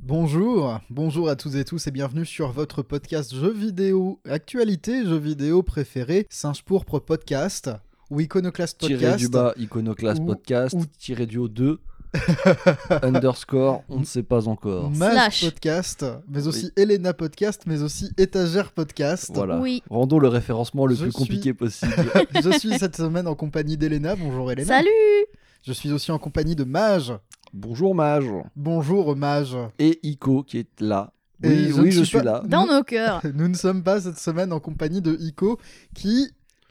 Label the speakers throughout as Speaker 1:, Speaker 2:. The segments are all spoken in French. Speaker 1: Bonjour, bonjour à toutes et tous et bienvenue sur votre podcast jeux vidéo, actualité jeux vidéo préféré, Singe Pourpre Podcast ou Iconoclast
Speaker 2: Tiré
Speaker 1: Podcast.
Speaker 2: du bas, Iconoclast
Speaker 1: Ou-
Speaker 2: Podcast,
Speaker 1: ou-
Speaker 2: tiré du haut 2, underscore, on ne sait pas encore.
Speaker 1: Maz
Speaker 3: Slash.
Speaker 1: Podcast, mais
Speaker 2: Oui.
Speaker 1: aussi Elena Podcast, mais aussi Étagère Podcast.
Speaker 2: Voilà.
Speaker 3: Oui.
Speaker 2: Rendons le référencement le
Speaker 1: Je
Speaker 2: plus
Speaker 1: suis-
Speaker 2: compliqué possible.
Speaker 1: Je suis cette semaine en compagnie d'Elena. Bonjour Elena.
Speaker 3: Salut
Speaker 1: Je suis aussi en compagnie de Mage.
Speaker 2: Bonjour Mage.
Speaker 1: Bonjour Mage.
Speaker 2: Et Ico qui est là.
Speaker 1: Et
Speaker 2: Oui,
Speaker 1: je ne
Speaker 2: oui, je
Speaker 1: suis
Speaker 2: suis
Speaker 1: pas-
Speaker 2: là.
Speaker 3: Dans nos cœurs
Speaker 1: Nous ne sommes pas cette semaine en compagnie de Ico qui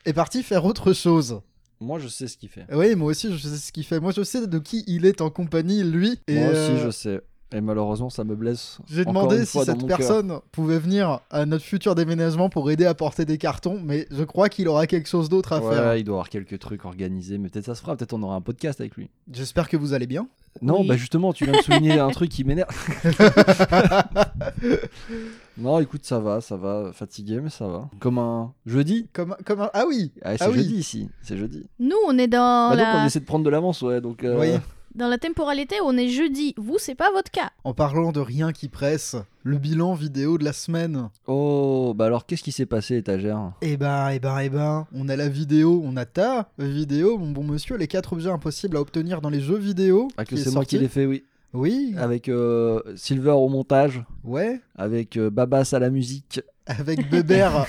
Speaker 1: est parti faire autre chose.
Speaker 2: Moi, je sais ce qu'il fait.
Speaker 1: Oui, moi aussi, je sais ce qu'il fait. Moi, je sais de qui il est en compagnie, lui. Et
Speaker 2: Moi
Speaker 1: euh,
Speaker 2: aussi, je sais. Et malheureusement, ça me blesse.
Speaker 1: J'ai
Speaker 2: encore une
Speaker 1: demandé si
Speaker 2: fois dans
Speaker 1: cette
Speaker 2: mon cœur.
Speaker 1: personne pouvait venir à notre futur déménagement pour aider à porter des cartons, mais je crois qu'il aura quelque chose d'autre à
Speaker 2: Ouais,
Speaker 1: faire.
Speaker 2: il doit avoir quelques trucs organisés, mais peut-être ça se fera. Peut-être on aura un podcast avec lui.
Speaker 1: J'espère que vous allez bien.
Speaker 2: Non,
Speaker 3: Oui.
Speaker 2: bah justement, tu viens de souligner un truc qui m'énerve. non, écoute, ça va, ça va. Fatigué, mais ça va. Comme un jeudi.
Speaker 1: Comme, comme un- Ah oui
Speaker 2: Ah, c'est
Speaker 1: Ah oui.
Speaker 2: jeudi ici, c'est jeudi.
Speaker 3: Nous, on est dans,
Speaker 2: Bah donc on
Speaker 3: la...
Speaker 2: essaie de prendre de l'avance, ouais. Donc euh,
Speaker 1: Oui.
Speaker 3: dans la temporalité où on est jeudi. Vous, c'est pas votre cas.
Speaker 1: En parlant de rien qui presse, le bilan vidéo de la semaine.
Speaker 2: oh, bah alors qu'est-ce qui s'est passé étagère
Speaker 1: Eh ben, eh ben, eh ben, on a la vidéo, on a ta vidéo, mon bon monsieur, les quatre objets impossibles à obtenir dans les jeux vidéo.
Speaker 2: Ah que
Speaker 1: qui est
Speaker 2: c'est moi
Speaker 1: sorti.
Speaker 2: qui l'ai fait, oui.
Speaker 1: Oui,
Speaker 2: Avec euh, Silver au montage,
Speaker 1: ouais,
Speaker 2: avec euh, Babas à la musique,
Speaker 1: avec Bébert,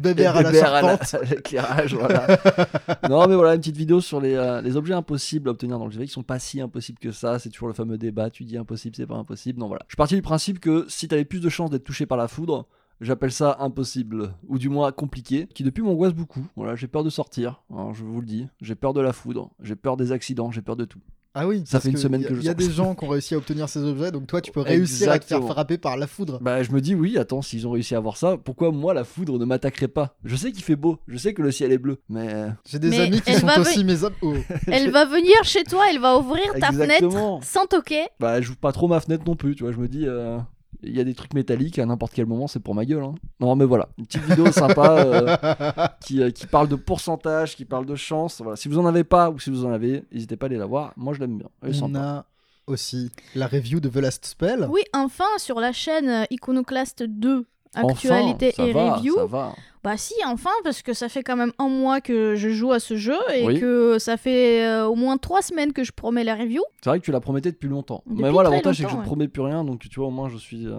Speaker 1: Bébert à la
Speaker 2: Bébert à la-
Speaker 1: serpente.
Speaker 2: à l'éclairage, voilà. non mais voilà une petite vidéo sur les, euh, les objets impossibles à obtenir dans le jeu vidéo qui sont pas si impossibles que ça. C'est toujours le fameux débat, tu dis impossible, c'est pas impossible. Non voilà. Je suis parti du principe que si t'avais plus de chances d'être touché par la foudre. J'appelle ça impossible, ou du moins compliqué, qui depuis m'angoisse beaucoup. Voilà, j'ai peur de sortir, hein, je vous le dis. J'ai peur de la foudre, j'ai peur des accidents, j'ai peur de tout.
Speaker 1: Ah oui,
Speaker 2: Ça
Speaker 1: parce
Speaker 2: fait une semaine
Speaker 1: y a-
Speaker 2: que je
Speaker 1: Il y a
Speaker 2: sors.
Speaker 1: des gens qui ont réussi à obtenir ces objets, donc toi tu peux réussir à te faire
Speaker 2: Exactement.
Speaker 1: frapper par la foudre.
Speaker 2: Bah, je me dis, oui, attends, s'ils ont réussi à avoir ça, pourquoi moi la foudre ne m'attaquerait pas Je sais qu'il fait beau, je sais que le ciel est bleu, mais. euh,
Speaker 1: J'ai des
Speaker 3: Mais
Speaker 1: amis qui
Speaker 3: elle
Speaker 1: sont
Speaker 3: va
Speaker 1: aussi mes hommes. Oh.
Speaker 3: Elle va venir chez toi, elle va ouvrir ta fenêtre
Speaker 2: Exactement
Speaker 3: sans toquer.
Speaker 2: Bah, j'ouvre pas trop ma fenêtre non plus, tu vois. Je me dis, euh, il y a des trucs métalliques à n'importe quel moment, c'est pour ma gueule. hein. Non, mais voilà, une petite vidéo sympa euh, qui, euh, qui parle de pourcentage, qui parle de chance. Voilà. Si vous en avez pas ou si vous en avez, n'hésitez pas à aller la voir. Moi, je l'aime bien. Elle est
Speaker 1: On
Speaker 2: sympa.
Speaker 1: a aussi la review de The Last Spell.
Speaker 3: Oui, enfin, sur la chaîne euh, Iconoclast 2,
Speaker 2: Enfin,
Speaker 3: actualité
Speaker 2: ça
Speaker 3: et
Speaker 2: va,
Speaker 3: review.
Speaker 2: Ça va.
Speaker 3: Bah si, enfin, parce que ça fait quand même un mois que je joue à ce jeu et
Speaker 2: Oui.
Speaker 3: que ça fait euh, au moins trois semaines que je promets la review.
Speaker 2: C'est vrai que tu la promettais depuis longtemps.
Speaker 3: Depuis
Speaker 2: mais moi,
Speaker 3: très
Speaker 2: l'avantage, c'est que je
Speaker 3: longtemps,
Speaker 2: ne
Speaker 3: ouais.
Speaker 2: promets plus rien, donc tu vois, au moins, je suis. euh,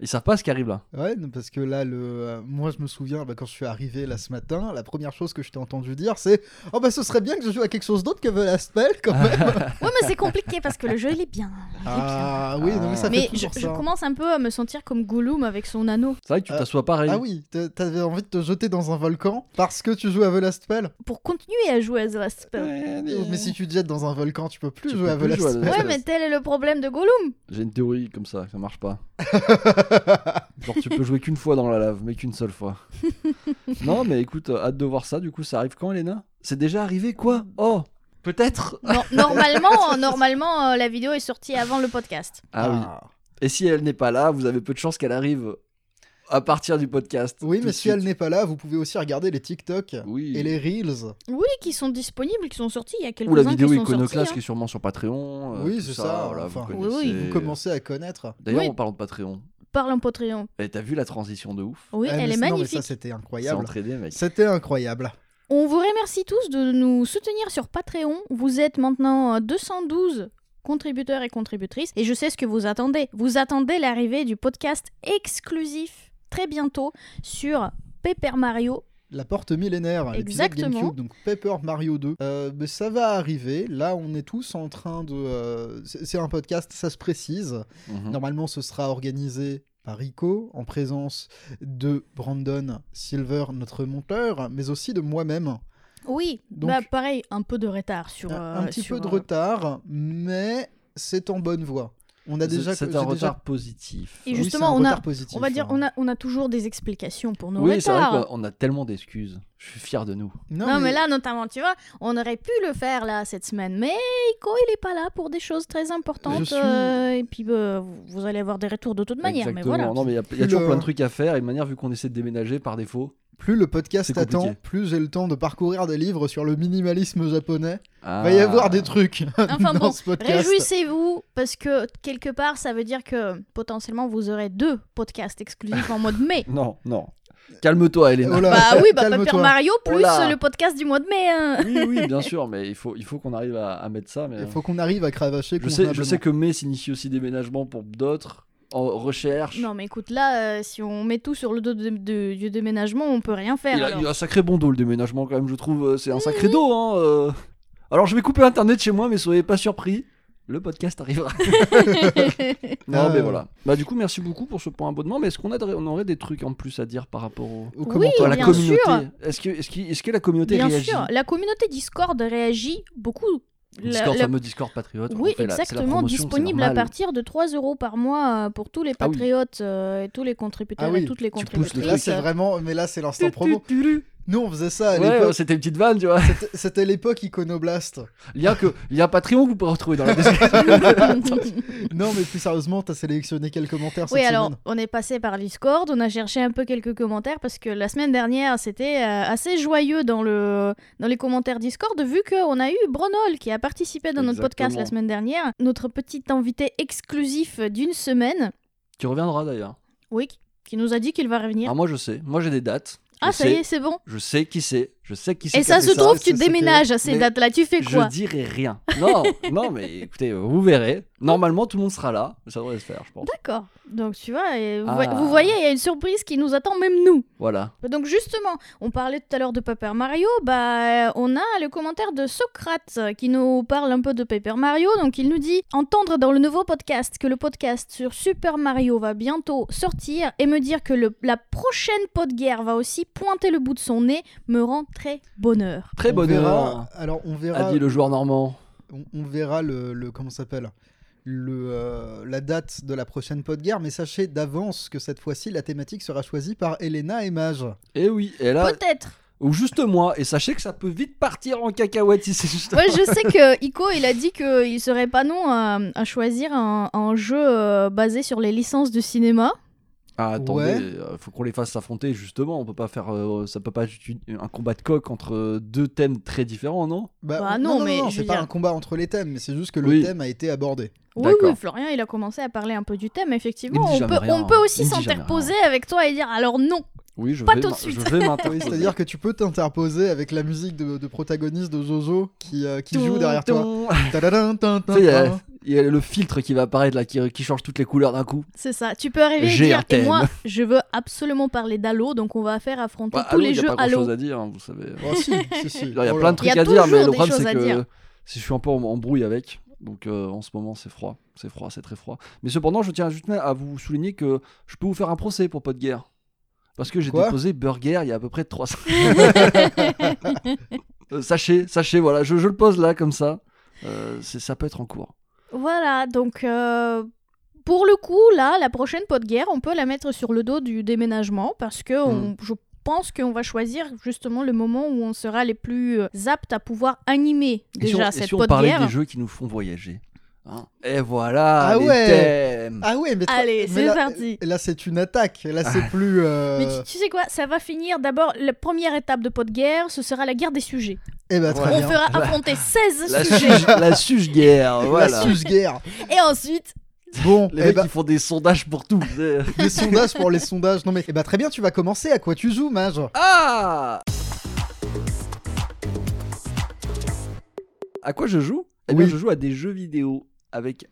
Speaker 2: Ils savent pas ce qui arrive là.
Speaker 1: Ouais, non, parce que là, le, euh, moi je me souviens, bah, quand je suis arrivé là ce matin, la première chose que je t'ai entendu dire c'est Oh bah ce serait bien que je joue à quelque chose d'autre que The Last Spell quand même.
Speaker 3: Ouais, mais c'est compliqué parce que le jeu, il est bien. Il est bien.
Speaker 1: ah oui, non, mais ça
Speaker 3: Mais
Speaker 1: fait
Speaker 3: je,
Speaker 1: toujours
Speaker 3: je
Speaker 1: ça. hein.
Speaker 3: commence un peu à me sentir comme Gollum avec son anneau.
Speaker 2: C'est vrai que tu
Speaker 1: Euh,
Speaker 2: t'assois pareil.
Speaker 1: Ah oui, t'a- t'avais envie de te jeter dans un volcan parce que tu joues à The Last Spell.
Speaker 3: Pour continuer à jouer à euh, The Last Spell.
Speaker 1: Eh, Mais si tu te jettes dans un volcan, tu peux plus
Speaker 2: Tu
Speaker 1: jouer
Speaker 2: peux
Speaker 1: à The
Speaker 2: plus
Speaker 1: Last
Speaker 2: jouer à The
Speaker 1: Spell.
Speaker 2: Last
Speaker 3: Ouais,
Speaker 2: Spell.
Speaker 3: mais tel est le problème de Gollum.
Speaker 2: J'ai une théorie comme ça, que ça marche pas. Genre tu peux jouer qu'une fois dans la lave, mais qu'une seule fois. non, mais écoute, euh, hâte de voir ça. Du coup, ça arrive quand, Elena C'est déjà arrivé quoi Oh, peut-être.
Speaker 3: Nor- normalement, normalement euh, la vidéo est sortie avant le podcast.
Speaker 2: Ah oui. Et si elle n'est pas là, vous avez peu de chances qu'elle arrive à partir du podcast.
Speaker 1: Oui,
Speaker 2: tout
Speaker 1: mais
Speaker 2: de
Speaker 1: si elle
Speaker 2: suite.
Speaker 1: n'est pas là, vous pouvez aussi regarder les TikTok
Speaker 2: Oui.
Speaker 1: et les Reels.
Speaker 3: Oui, qui sont disponibles, qui sont sortis il y a quelques
Speaker 2: Ou la
Speaker 3: uns qui
Speaker 2: vidéo
Speaker 3: sont
Speaker 2: iconoclaste
Speaker 3: sortis. hein.
Speaker 2: qui est sûrement sur Patreon. euh,
Speaker 1: Oui,
Speaker 2: tout
Speaker 1: c'est ça,
Speaker 2: voilà,
Speaker 1: enfin,
Speaker 2: vous
Speaker 3: Oui, oui.
Speaker 2: connaissez.
Speaker 1: Vous commencez à connaître.
Speaker 2: D'ailleurs,
Speaker 3: Oui.
Speaker 2: en parlant de Patreon,
Speaker 3: hein. Parle en Patreon.
Speaker 2: eh, t'as vu la transition de ouf
Speaker 3: Oui,
Speaker 1: Ah, mais
Speaker 3: elle est
Speaker 1: c'est- non, mais
Speaker 3: magnifique.
Speaker 1: ça, c'était
Speaker 2: C'est
Speaker 1: incroyable.
Speaker 2: entraîné, mec.
Speaker 1: C'était incroyable.
Speaker 3: On vous remercie tous de nous soutenir sur Patreon. Vous êtes maintenant euh, 212 contributeurs et contributrices. Et je sais ce que vous attendez. Vous attendez l'arrivée du podcast exclusif très bientôt sur Paper Mario.
Speaker 1: La porte millénaire, l'épisode
Speaker 3: Exactement.
Speaker 1: GameCube, donc Paper Mario 2. Euh, mais ça va arriver. Là, on est tous en train de. euh, c'est c'est un podcast, ça se précise.
Speaker 2: Mhm.
Speaker 1: Normalement, ce sera organisé par Rico, en présence de Brandon Silver, notre monteur, mais aussi de moi-même.
Speaker 3: Oui,
Speaker 1: Donc-
Speaker 3: bah pareil, un peu de retard sur.
Speaker 1: Un, un
Speaker 3: euh,
Speaker 1: petit
Speaker 3: sur,
Speaker 1: peu de
Speaker 3: euh,
Speaker 1: retard, mais c'est en bonne voie. On a
Speaker 2: C'est-
Speaker 1: déjà.
Speaker 2: C'est
Speaker 1: j'ai
Speaker 2: un
Speaker 1: déjà-
Speaker 2: retard positif.
Speaker 3: Et
Speaker 1: Oui,
Speaker 3: justement,
Speaker 1: c'est un
Speaker 3: on a-
Speaker 1: retard positif,
Speaker 3: On va dire,
Speaker 1: hein.
Speaker 3: on a, on a toujours des explications pour nos
Speaker 2: Oui, c'est vrai
Speaker 3: retards.
Speaker 2: qu'on a tellement d'excuses. Je suis fier de nous.
Speaker 3: non, mais... là, notamment, tu vois, on aurait pu le faire là cette semaine, mais Ico, il est pas là pour des choses très importantes.
Speaker 1: Je suis-
Speaker 3: euh, et puis, euh, vous- vous allez avoir des retours de toute manière,
Speaker 2: Exactement.
Speaker 3: mais voilà.
Speaker 2: Non, mais il y a- il y, a
Speaker 1: Le-
Speaker 2: toujours plein de trucs à faire. Et de manière, vu qu'on essaie de déménager par défaut,
Speaker 1: Plus le podcast
Speaker 2: C'est compliqué.
Speaker 1: attend, plus j'ai le temps de parcourir des livres sur le minimalisme japonais.
Speaker 2: Ah.
Speaker 1: Va y avoir des trucs
Speaker 3: Enfin
Speaker 1: dans
Speaker 3: bon,
Speaker 1: ce podcast.
Speaker 3: Réjouissez-vous parce que quelque part ça veut dire que potentiellement vous aurez deux podcasts exclusifs en mois de mai.
Speaker 2: Non, non. Calme-toi, Elena.
Speaker 1: Oh là,
Speaker 3: Bah oui, bah Paper
Speaker 1: calme-toi.
Speaker 3: Mario plus
Speaker 2: Oula.
Speaker 3: le podcast du mois de mai. hein.
Speaker 2: Oui, oui, bien sûr, mais il faut, il faut qu'on arrive à, à mettre ça. Mais...
Speaker 1: Il faut qu'on arrive à cravacher.
Speaker 2: Euh. Je, sais, je
Speaker 1: convenablement.
Speaker 2: sais que mai signifie aussi déménagement pour d'autres, en recherche.
Speaker 3: Non mais écoute là, euh, si on met tout sur le dos de- de- du déménagement, on peut rien faire.
Speaker 2: Il a,
Speaker 3: alors.
Speaker 2: il a un sacré bon dos le déménagement quand même, je trouve. euh, C'est un sacré dos. Hein, euh. Alors je vais couper internet chez moi, mais soyez pas surpris. Le podcast arrivera. non,
Speaker 1: Ah.
Speaker 2: mais voilà. Bah du coup, merci beaucoup pour ce point abonnement. Mais est-ce qu'on a- on aurait des trucs en plus à dire par rapport au,
Speaker 1: Au
Speaker 3: Oui,
Speaker 1: commentaire.
Speaker 2: à la
Speaker 3: bien
Speaker 2: communauté
Speaker 3: sûr.
Speaker 2: Est-ce que, est-ce, qu'il- est-ce que la communauté
Speaker 3: Bien
Speaker 2: réagit
Speaker 3: sûr, la communauté Discord réagit beaucoup. La-
Speaker 2: Discord,
Speaker 3: la-
Speaker 2: fameux Discord patriote. on
Speaker 3: Oui,
Speaker 2: fait la- c'est la
Speaker 3: exactement,
Speaker 2: promotion, c'est
Speaker 3: disponible à
Speaker 2: normal.
Speaker 3: partir de 3 euros par mois euh, pour tous les
Speaker 2: Ah oui.
Speaker 3: patriotes euh, et tous les contributeurs
Speaker 1: Ah oui,
Speaker 3: et toutes les
Speaker 2: tu pousses le
Speaker 1: Là,
Speaker 3: contributrices.
Speaker 1: c'est vraiment. Mais là, c'est l'instant promo.
Speaker 2: Tu- tu- tu-
Speaker 1: Nous, on faisait ça à
Speaker 2: Ouais,
Speaker 1: l'époque.
Speaker 2: c'était une petite vanne, tu vois.
Speaker 1: C'était- C'était l'époque iconoblast.
Speaker 2: Lien que lien Patreon que vous pouvez retrouver dans la description.
Speaker 1: Non, mais plus sérieusement, t'as sélectionné quel commentaire cette
Speaker 3: Oui, alors
Speaker 1: semaine
Speaker 3: on est passé par Discord, on a cherché un peu quelques commentaires parce que la semaine dernière c'était euh, assez joyeux dans, le, dans les commentaires Discord vu qu'on a eu Bronol qui a participé dans notre podcast
Speaker 2: Exactement.
Speaker 3: la semaine dernière, notre petit invité exclusif d'une semaine,
Speaker 2: tu reviendras d'ailleurs.
Speaker 3: oui, qui- qui nous a dit qu'il va revenir.
Speaker 2: Ah, moi je sais, moi j'ai des dates. Je
Speaker 3: Ah, ça
Speaker 2: sais-
Speaker 3: y est, c'est bon.
Speaker 2: Je sais qui c'est, je sais qui c'est.
Speaker 3: Et
Speaker 2: qui a
Speaker 3: ça
Speaker 2: fait
Speaker 3: se trouve,
Speaker 1: ça,
Speaker 3: tu
Speaker 1: c'était-
Speaker 3: déménages à ces
Speaker 2: mais
Speaker 3: dates-là, tu fais quoi
Speaker 2: Je dirai rien. Non, non, mais écoutez, euh, vous verrez. Normalement, tout le monde sera là. Ça devrait se faire, je pense.
Speaker 3: D'accord. Donc tu vois, et vous,
Speaker 2: Ah.
Speaker 3: voy- vous voyez, il y a une surprise qui nous attend même nous.
Speaker 2: Voilà.
Speaker 3: Donc justement, on parlait tout à l'heure de Paper Mario, bah euh, on a le commentaire de Socrate euh, qui nous parle un peu de Paper Mario, donc il nous dit entendre dans le nouveau podcast que le podcast sur Super Mario va bientôt sortir et me dire que le- la prochaine pod guerre va aussi pointer le bout de son nez me rend très bonheur.
Speaker 2: Très
Speaker 1: On
Speaker 2: bonne
Speaker 1: verra-
Speaker 2: heure,
Speaker 1: Alors, on
Speaker 2: a
Speaker 1: verra.
Speaker 2: dit le joueur normand.
Speaker 1: on, on verra le, le- comment ça s'appelle le, euh, la date de la prochaine pod guerre, mais sachez d'avance que cette fois-ci la thématique sera choisie par Elena et Mage.
Speaker 2: Et Eh oui, et là,
Speaker 3: Peut-être.
Speaker 2: ou juste moi, et sachez que ça peut vite partir en cacahuète si c'est juste.
Speaker 3: Ouais, je sais que Ico, il a dit qu'il serait pas non à, à choisir un, un jeu euh, basé sur les licences du cinéma.
Speaker 2: Ah, attendez,
Speaker 1: Ouais.
Speaker 2: euh, faut qu'on les fasse s'affronter justement. On peut pas faire, euh, ça peut pas être une- un combat de coq entre euh, deux thèmes très différents, non
Speaker 3: Bah non, mais je
Speaker 1: c'est
Speaker 3: veux
Speaker 1: pas
Speaker 3: dire-
Speaker 1: un combat entre les thèmes, mais c'est juste que le
Speaker 2: Oui.
Speaker 1: thème a été abordé.
Speaker 3: Oui,
Speaker 2: D'accord.
Speaker 3: oui, Florian, il a commencé à parler un peu du thème,
Speaker 2: Il
Speaker 3: effectivement.
Speaker 2: me dit
Speaker 3: On
Speaker 2: jamais
Speaker 3: peut,
Speaker 2: rien,
Speaker 3: on peut
Speaker 2: hein.
Speaker 3: aussi
Speaker 2: Il me dit jamais
Speaker 3: s'interposer avec toi et dire alors non.
Speaker 2: Oui, je
Speaker 3: Pas
Speaker 2: vais,
Speaker 3: tout de
Speaker 2: m'in-
Speaker 3: suite.
Speaker 2: je vais m'interposer.
Speaker 1: Oui, c'est-à-dire que tu peux t'interposer avec la musique de, de protagoniste de Jojo qui, euh, qui joue derrière toi. Tadadin, tin, tin,
Speaker 2: Tu sais, il y a-
Speaker 1: tin.
Speaker 2: il y a le filtre qui va apparaître là, qui, qui change toutes les couleurs d'un coup.
Speaker 3: C'est ça. Tu peux arriver et
Speaker 2: J'ai
Speaker 3: dire
Speaker 2: un
Speaker 3: et
Speaker 2: thème.
Speaker 3: moi, je veux absolument parler d'Halo, donc on va faire affronter
Speaker 2: Bah,
Speaker 3: tous
Speaker 2: Halo,
Speaker 3: les
Speaker 2: il y a
Speaker 3: jeux
Speaker 2: pas grand
Speaker 3: Halo.
Speaker 2: chose à dire, hein, vous savez.
Speaker 1: Oh, si, si, si.
Speaker 2: Il y a
Speaker 1: Oh là.
Speaker 2: plein de trucs
Speaker 3: Il y a
Speaker 2: à dire, mais
Speaker 3: toujours
Speaker 2: le
Speaker 3: des
Speaker 2: problème
Speaker 3: choses
Speaker 2: c'est
Speaker 3: à
Speaker 2: que
Speaker 3: dire.
Speaker 2: si je suis un peu en, en brouille avec, donc euh, en ce moment c'est froid, c'est froid, c'est très froid. Mais cependant, je tiens juste à vous souligner que je peux vous faire un procès pour pas de guerre. Parce que j'ai
Speaker 1: Quoi
Speaker 2: déposé Burger il y a à peu près 300. Euh, sachez, sachez, voilà, je, je le pose là comme ça. Euh, c'est- ça peut être en cours.
Speaker 3: Voilà, donc euh, pour le coup, là, la prochaine pot de guerre, on peut la mettre sur le dos du déménagement parce que on-
Speaker 2: Mm.
Speaker 3: je pense qu'on va choisir justement le moment où on sera les plus euh, aptes à pouvoir animer
Speaker 2: Et si on-
Speaker 3: déjà
Speaker 2: et si on,
Speaker 3: cette pot de
Speaker 2: parlait
Speaker 3: guerre.
Speaker 2: des jeux qui nous font voyager hein Et voilà
Speaker 1: Ah
Speaker 2: les
Speaker 1: ouais.
Speaker 2: thèmes.
Speaker 1: Ah ouais, mais toi-
Speaker 3: Allez,
Speaker 1: mais
Speaker 3: c'est
Speaker 1: là- euh,
Speaker 3: parti.
Speaker 1: Là, c'est une attaque. Là,
Speaker 2: Ah.
Speaker 1: c'est plus. euh,
Speaker 3: Mais tu, tu sais quoi, ça va finir d'abord la première étape de pot de guerre, ce sera la guerre des sujets.
Speaker 1: Eh ben, très
Speaker 2: Ouais.
Speaker 3: On
Speaker 1: bien.
Speaker 3: fera
Speaker 2: Ah, La-
Speaker 3: affronter 16
Speaker 2: La
Speaker 3: sujets
Speaker 2: suge, la suge guerre,
Speaker 1: La
Speaker 2: voilà.
Speaker 1: suce-guerre.
Speaker 3: et ensuite
Speaker 1: Bon,
Speaker 2: Les
Speaker 1: eh
Speaker 2: mecs
Speaker 1: ben,
Speaker 2: qui font des sondages pour tout. c'est-
Speaker 1: Des sondages pour les sondages. Non mais eh ben, très bien, tu vas commencer. À quoi tu joues, Mage
Speaker 2: Ah À quoi je joue Eh bien,
Speaker 1: Oui.
Speaker 2: je joue à des jeux vidéo avec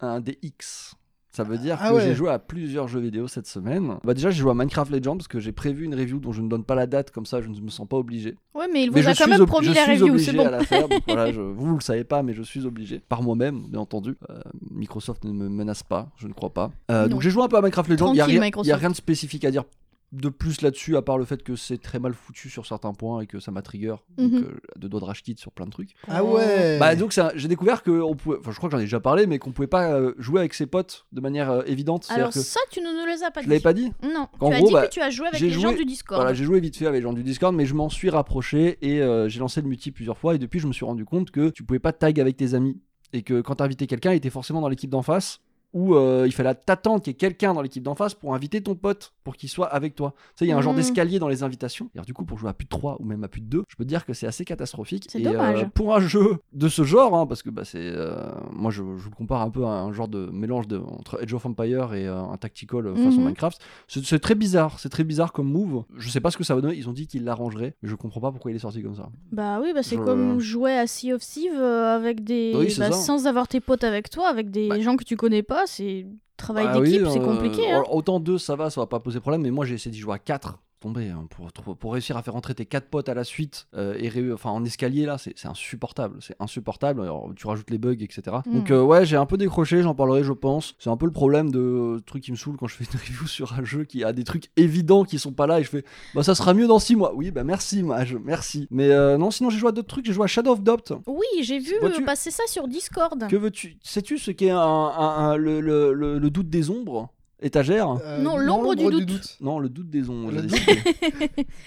Speaker 2: un DX. Ça veut dire
Speaker 1: Ah
Speaker 2: que
Speaker 1: ouais.
Speaker 2: j'ai joué à plusieurs jeux vidéo cette semaine. Bah déjà, j'ai joué à Minecraft Legends parce que j'ai prévu une review dont je ne donne pas la date, comme ça je ne me sens pas obligé.
Speaker 3: Ouais, mais il vous
Speaker 2: Mais
Speaker 3: a
Speaker 2: je
Speaker 3: quand
Speaker 2: suis
Speaker 3: même
Speaker 2: ob-
Speaker 3: promis
Speaker 2: je
Speaker 3: la
Speaker 2: suis
Speaker 3: review,
Speaker 2: obligé
Speaker 3: c'est bon.
Speaker 2: à la faire, donc voilà, je- vous, vous le savez pas, mais je suis obligé. Par moi-même, bien entendu. Euh, Microsoft ne me menace pas, je ne crois pas. Euh,
Speaker 3: Non.
Speaker 2: donc j'ai joué un peu à Minecraft Legends. Il n'y a, rien-
Speaker 3: Tranquille,
Speaker 2: il y a
Speaker 3: Microsoft.
Speaker 2: rien de spécifique à dire de plus là-dessus, à part le fait que c'est très mal foutu sur certains points et que ça m'a trigger.
Speaker 3: Mhm.
Speaker 2: Donc euh, de doigts de rage kit sur plein de trucs.
Speaker 1: Ah ouais.
Speaker 2: Bah, donc ça- j'ai découvert que on pouvait, enfin je crois que j'en ai déjà parlé, mais qu'on pouvait pas euh, jouer avec ses potes de manière euh, évidente.
Speaker 3: Alors
Speaker 2: C'est-à-dire que
Speaker 3: ça, tu ne nous les as pas
Speaker 2: je l'avais
Speaker 3: dit.
Speaker 2: pas dit.
Speaker 3: Non,
Speaker 2: Qu'en
Speaker 3: tu as
Speaker 2: gros,
Speaker 3: dit
Speaker 2: bah,
Speaker 3: que tu as joué avec
Speaker 2: j'ai
Speaker 3: les gens
Speaker 2: joué-
Speaker 3: du Discord.
Speaker 2: Voilà, j'ai joué vite fait avec les gens du Discord, mais je m'en suis rapproché et euh, j'ai lancé le multi plusieurs fois. Et depuis, je me suis rendu compte que tu pouvais pas tag avec tes amis. Et que quand t'invitais quelqu'un, il était forcément dans l'équipe d'en face. où euh, il fallait t'attendre qu'il y ait quelqu'un dans l'équipe d'en face pour inviter ton pote, pour qu'il soit avec toi. Tu sais, il y a un genre
Speaker 3: Mhm.
Speaker 2: d'escalier dans les invitations. Et alors, du coup, pour jouer à plus de 3 ou même à plus de 2, je peux te dire que c'est assez catastrophique.
Speaker 3: C'est
Speaker 2: Et, euh,
Speaker 3: dommage.
Speaker 2: pour un jeu de ce genre, hein, parce que bah, c'est, euh, moi, je, je le compare un peu à un genre de mélange de, entre Edge of Empire et euh, un tactical euh, façon
Speaker 3: Mhm.
Speaker 2: Minecraft, c'est, c'est très bizarre. C'est très bizarre comme move. Je sais pas ce que ça va donner. Ils ont dit qu'ils l'arrangeraient, mais je comprends pas pourquoi il est sorti comme ça.
Speaker 3: Bah oui, bah c'est
Speaker 2: Je-
Speaker 3: comme jouer à Sea of Thieves euh, avec des.
Speaker 2: Oui, c'est
Speaker 3: bah,
Speaker 2: ça.
Speaker 3: sans avoir tes potes avec toi, avec des
Speaker 2: Bah.
Speaker 3: gens que tu connais pas, c'est. Travail
Speaker 2: Bah oui,
Speaker 3: d'équipe, c'est
Speaker 2: euh,
Speaker 3: compliqué. hein.
Speaker 2: alors, Autant deux, ça va, ça va pas poser problème, mais moi j'ai essayé d'y jouer à 4 tomber hein, pour, pour pour réussir à faire entrer tes quatre potes à la suite euh, et ré- enfin en escalier là c'est c'est insupportable c'est insupportable alors tu rajoutes les bugs etc
Speaker 3: Mm.
Speaker 2: donc euh, ouais j'ai un peu décroché j'en parlerai je pense c'est un peu le problème de euh, truc qui me saoule quand je fais une review sur un jeu qui a des trucs évidents qui sont pas là et je fais bah ça sera mieux dans 6 mois oui bah merci Mage merci mais euh, non sinon j'ai joué à d'autres trucs j'ai joué à Shadow of Doubt
Speaker 3: Oui, j'ai vu
Speaker 2: Vois-tu-
Speaker 3: euh, passer ça sur Discord.
Speaker 2: que veux-tu sais-tu ce qu'est un, un- un- le, le- le- le doute des ombres étagère
Speaker 1: Euh,
Speaker 3: Non, l'ombre du doute.
Speaker 2: Non, le doute des ombres.
Speaker 1: Le
Speaker 2: j'ai
Speaker 1: doute.
Speaker 2: décidé.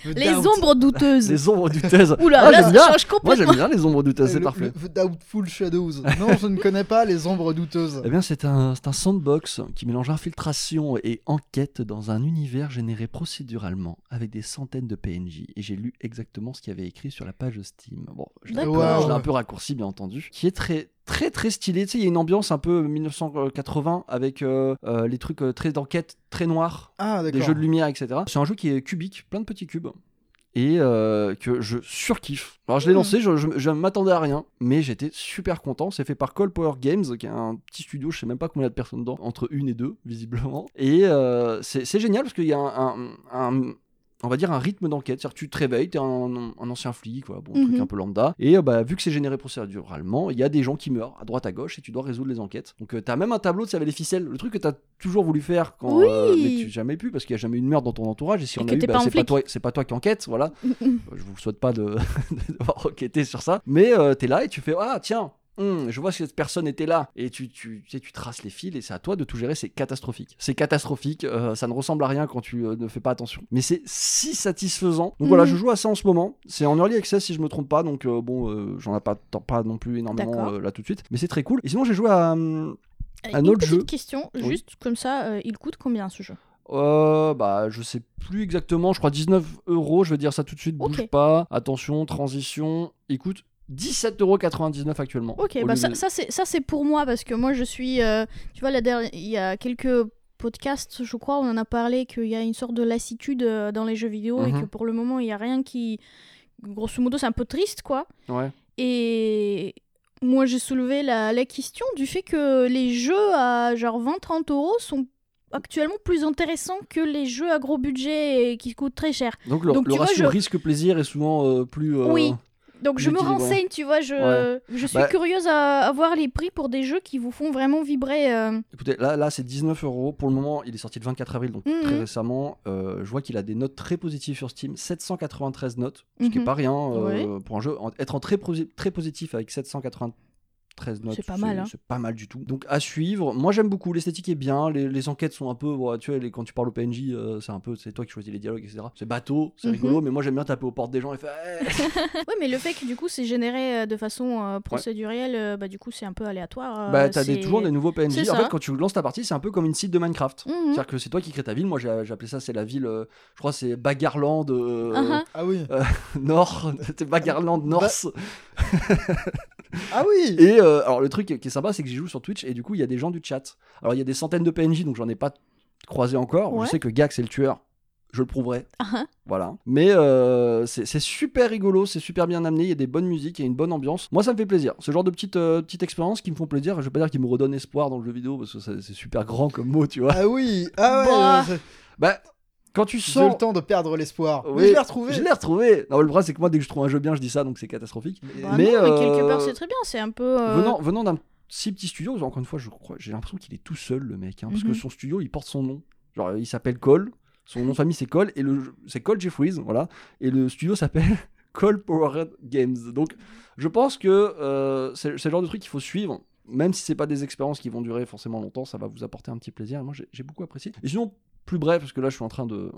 Speaker 1: Le
Speaker 3: Les
Speaker 1: doubt.
Speaker 3: ombres douteuses.
Speaker 2: les ombres douteuses.
Speaker 3: Oula,
Speaker 2: Ah,
Speaker 3: là,
Speaker 2: j'aime
Speaker 3: ça
Speaker 2: bien.
Speaker 3: change
Speaker 2: Moi, j'aime
Speaker 3: complètement.
Speaker 2: bien les ombres douteuses, c'est
Speaker 1: Le-
Speaker 2: parful.
Speaker 1: le- The Doubtful Shadows. Non, je ne connais pas les ombres douteuses.
Speaker 2: Eh bien, c'est un, c'est un sandbox qui mélange infiltration et enquête dans un univers généré procéduralement avec des centaines de PNJ. Et j'ai lu exactement ce qu'il y avait écrit sur la page Steam. Bon, je l'ai un, peu-
Speaker 1: D'accord.
Speaker 2: je l'ai un peu raccourci, bien entendu. Qui est très, très, très stylé. Tu sais, il y a une ambiance un peu 1980 avec euh, euh, les trucs euh, très d'enquête, très noirs.
Speaker 1: Ah,
Speaker 2: des
Speaker 1: d'accord.
Speaker 2: jeux de lumière, etc. C'est un jeu qui est cubique, plein de petits cubes, et euh, que je surkiffe. Alors je
Speaker 1: Mmh.
Speaker 2: l'ai
Speaker 3: Mhm.
Speaker 2: lancé, je, je, je m'attendais à rien, mais j'étais super content. C'est fait par Call Power Games, qui est un petit studio, je sais même pas combien il y a de personnes dedans, entre une et deux, visiblement. Et euh, c'est c'est génial parce qu'il y a un- un- un on va dire un rythme d'enquête, c'est-à-dire que tu te réveilles, t'es un, un ancien flic, voilà, bon, un truc
Speaker 1: Mmh.
Speaker 3: Mhm.
Speaker 2: un peu lambda, et euh, bah, vu que c'est généré procéduralement, il y a des gens qui meurent à droite à gauche et tu dois résoudre les enquêtes. Donc euh, t'as même un tableau, tu sais, avec les ficelles, le truc que t'as toujours voulu faire quand
Speaker 3: Oui.
Speaker 2: euh, mais tu jamais pu parce qu'il y a jamais eu une meurtre dans ton entourage et si
Speaker 3: Et
Speaker 2: on
Speaker 3: que
Speaker 2: a eu,
Speaker 3: t'es
Speaker 2: bah,
Speaker 3: pas un
Speaker 2: c'est pas
Speaker 3: flic.
Speaker 2: toi, c'est pas toi qui enquête, voilà.
Speaker 3: Mm-mm.
Speaker 2: Je vous souhaite pas de de devoir enquêter sur ça, mais euh, t'es là et tu fais ah tiens. hum, je vois que cette personne était là et tu, tu, tu sais, tu traces les fils et c'est à toi de tout gérer, c'est catastrophique. C'est catastrophique, euh, ça ne ressemble à rien quand tu euh, ne fais pas attention. Mais c'est si satisfaisant. Donc voilà,
Speaker 3: Mhm.
Speaker 2: je joue à ça en ce moment. C'est en early access si je me trompe pas, donc euh, bon, euh, j'en ai pas, tant- pas non plus énormément
Speaker 3: D'accord.
Speaker 2: euh, là tout de suite. Mais c'est très cool. Et sinon j'ai joué à... hum,
Speaker 3: Euh,
Speaker 2: Un
Speaker 3: Une
Speaker 2: autre
Speaker 3: petite
Speaker 2: jeu.
Speaker 3: question,
Speaker 2: Oui.
Speaker 3: juste comme ça, euh, il coûte combien ce jeu
Speaker 2: Euh, bah, je sais plus exactement, je crois 19 euros, je vais dire ça tout de suite, bouge
Speaker 3: Ok.
Speaker 2: pas, attention, transition, écoute, 17,99€ actuellement.
Speaker 3: Ok,
Speaker 2: au
Speaker 3: bah
Speaker 2: lieu
Speaker 3: ça,
Speaker 2: de-
Speaker 3: ça, c'est, ça c'est pour moi parce que moi je suis. euh, tu vois, la dernière, il y a quelques podcasts, je crois, on en a parlé qu'il y a une sorte de lassitude euh, dans les jeux vidéo et
Speaker 2: Mhm.
Speaker 3: que pour le moment il n'y a rien qui. Grosso modo, c'est un peu triste quoi.
Speaker 2: Ouais.
Speaker 3: Et moi j'ai soulevé la, la question du fait que les jeux à genre 20-30 euros sont actuellement plus intéressants que les jeux à gros budget et qui coûtent très cher.
Speaker 2: Donc le,
Speaker 3: Donc,
Speaker 2: le
Speaker 3: tu vois,
Speaker 2: ratio
Speaker 3: je-
Speaker 2: risque-plaisir est souvent euh, plus... euh,
Speaker 3: Oui. Donc je me
Speaker 2: d'équilibre.
Speaker 3: renseigne, tu vois, je,
Speaker 2: Ouais.
Speaker 3: je suis
Speaker 2: Bah-
Speaker 3: curieuse à, à voir les prix pour des jeux qui vous font vraiment vibrer. euh,
Speaker 2: Écoutez, là, là c'est 19 euros. Pour le moment, il est sorti le 24 avril, donc
Speaker 3: Mhm.
Speaker 2: très récemment. Euh, je vois qu'il a des notes très positives sur Steam, 793 notes, ce qui est
Speaker 3: Mhm.
Speaker 2: pas rien euh, pour un jeu. En- Être en très, posi- très positif avec 793 notes,
Speaker 3: C'est pas mal, hein.
Speaker 2: c'est pas mal du tout. Donc à suivre. Moi, j'aime beaucoup. L'esthétique est bien. Les, les enquêtes sont un peu, ouais, tu vois, les- quand tu parles au PNJ, euh, c'est un peu, c'est toi qui choisis les dialogues, etc. C'est bateau, c'est
Speaker 3: Mhm.
Speaker 2: rigolo, mais moi, j'aime bien taper aux portes des gens et faire. eh. Hey
Speaker 3: Ouais, mais le fait que du coup c'est généré euh, de façon euh, procédurielle, euh, bah du coup c'est un peu aléatoire. euh,
Speaker 2: bah, t'as
Speaker 3: c'est-
Speaker 2: des, toujours des nouveaux PNJ.
Speaker 3: c'est
Speaker 2: En
Speaker 3: ça.
Speaker 2: fait, quand tu lances ta partie, c'est un peu comme une site de Minecraft.
Speaker 3: Mhm.
Speaker 2: C'est-à-dire que c'est toi qui crée ta ville. Moi, j'ai j'ai appelé ça, c'est la ville, euh, je crois, c'est Bagarland euh,
Speaker 3: Ah,
Speaker 1: Ah oui.
Speaker 2: Nord. C'était Bagarland North.
Speaker 1: Ah oui
Speaker 2: Et euh, alors, le truc qui est sympa, c'est que j'y joue sur Twitch et du coup, il y a des gens du chat. Alors, il y a des centaines de PNJ, donc j'en ai pas croisé encore.
Speaker 3: Ouais.
Speaker 2: Je sais que Gag, c'est le tueur. Je le prouverai.
Speaker 3: ah, ah.
Speaker 2: Voilà. Mais euh, c'est c'est super rigolo, c'est super bien amené, il y a des bonnes musiques, il y a une bonne ambiance. Moi, ça me fait plaisir. Ce genre de petites, euh, petites expériences qui me font plaisir. Je vais pas dire qu'ils me redonnent espoir dans le jeu vidéo parce que ça- c'est super grand comme mot, tu vois.
Speaker 1: Ah oui Ah ouais
Speaker 3: Bah.
Speaker 1: euh,
Speaker 2: Bah, quand tu
Speaker 1: J'ai eu
Speaker 2: sens.
Speaker 1: le temps de perdre l'espoir.
Speaker 2: Oui,
Speaker 1: Mais je l'ai retrouvé
Speaker 2: Je l'ai retrouvé. Non, le problème, c'est que moi, dès que je trouve un jeu bien, je dis ça, donc c'est catastrophique.
Speaker 3: Bah non,
Speaker 2: Mais,
Speaker 3: mais,
Speaker 2: euh,
Speaker 3: quelque part c'est très bien, c'est un peu. euh,
Speaker 2: Venant, venant d'un si petit studio, encore une fois, je crois, j'ai l'impression qu'il est tout seul, le mec, hein, parce que
Speaker 3: Mhm.
Speaker 2: son studio, il porte son nom. Genre, euh, il s'appelle Cole, son nom de famille, c'est Cole, et le jeu- c'est Cole Jeffries, voilà, et le studio s'appelle Cole Power Games. Donc, je pense que euh, c'est c'est le genre de truc qu'il faut suivre. Même si c'est pas des expériences qui vont durer forcément longtemps, ça va vous apporter un petit plaisir. Moi, j'ai j'ai beaucoup apprécié. Et sinon, plus bref, parce que là, je suis en train de,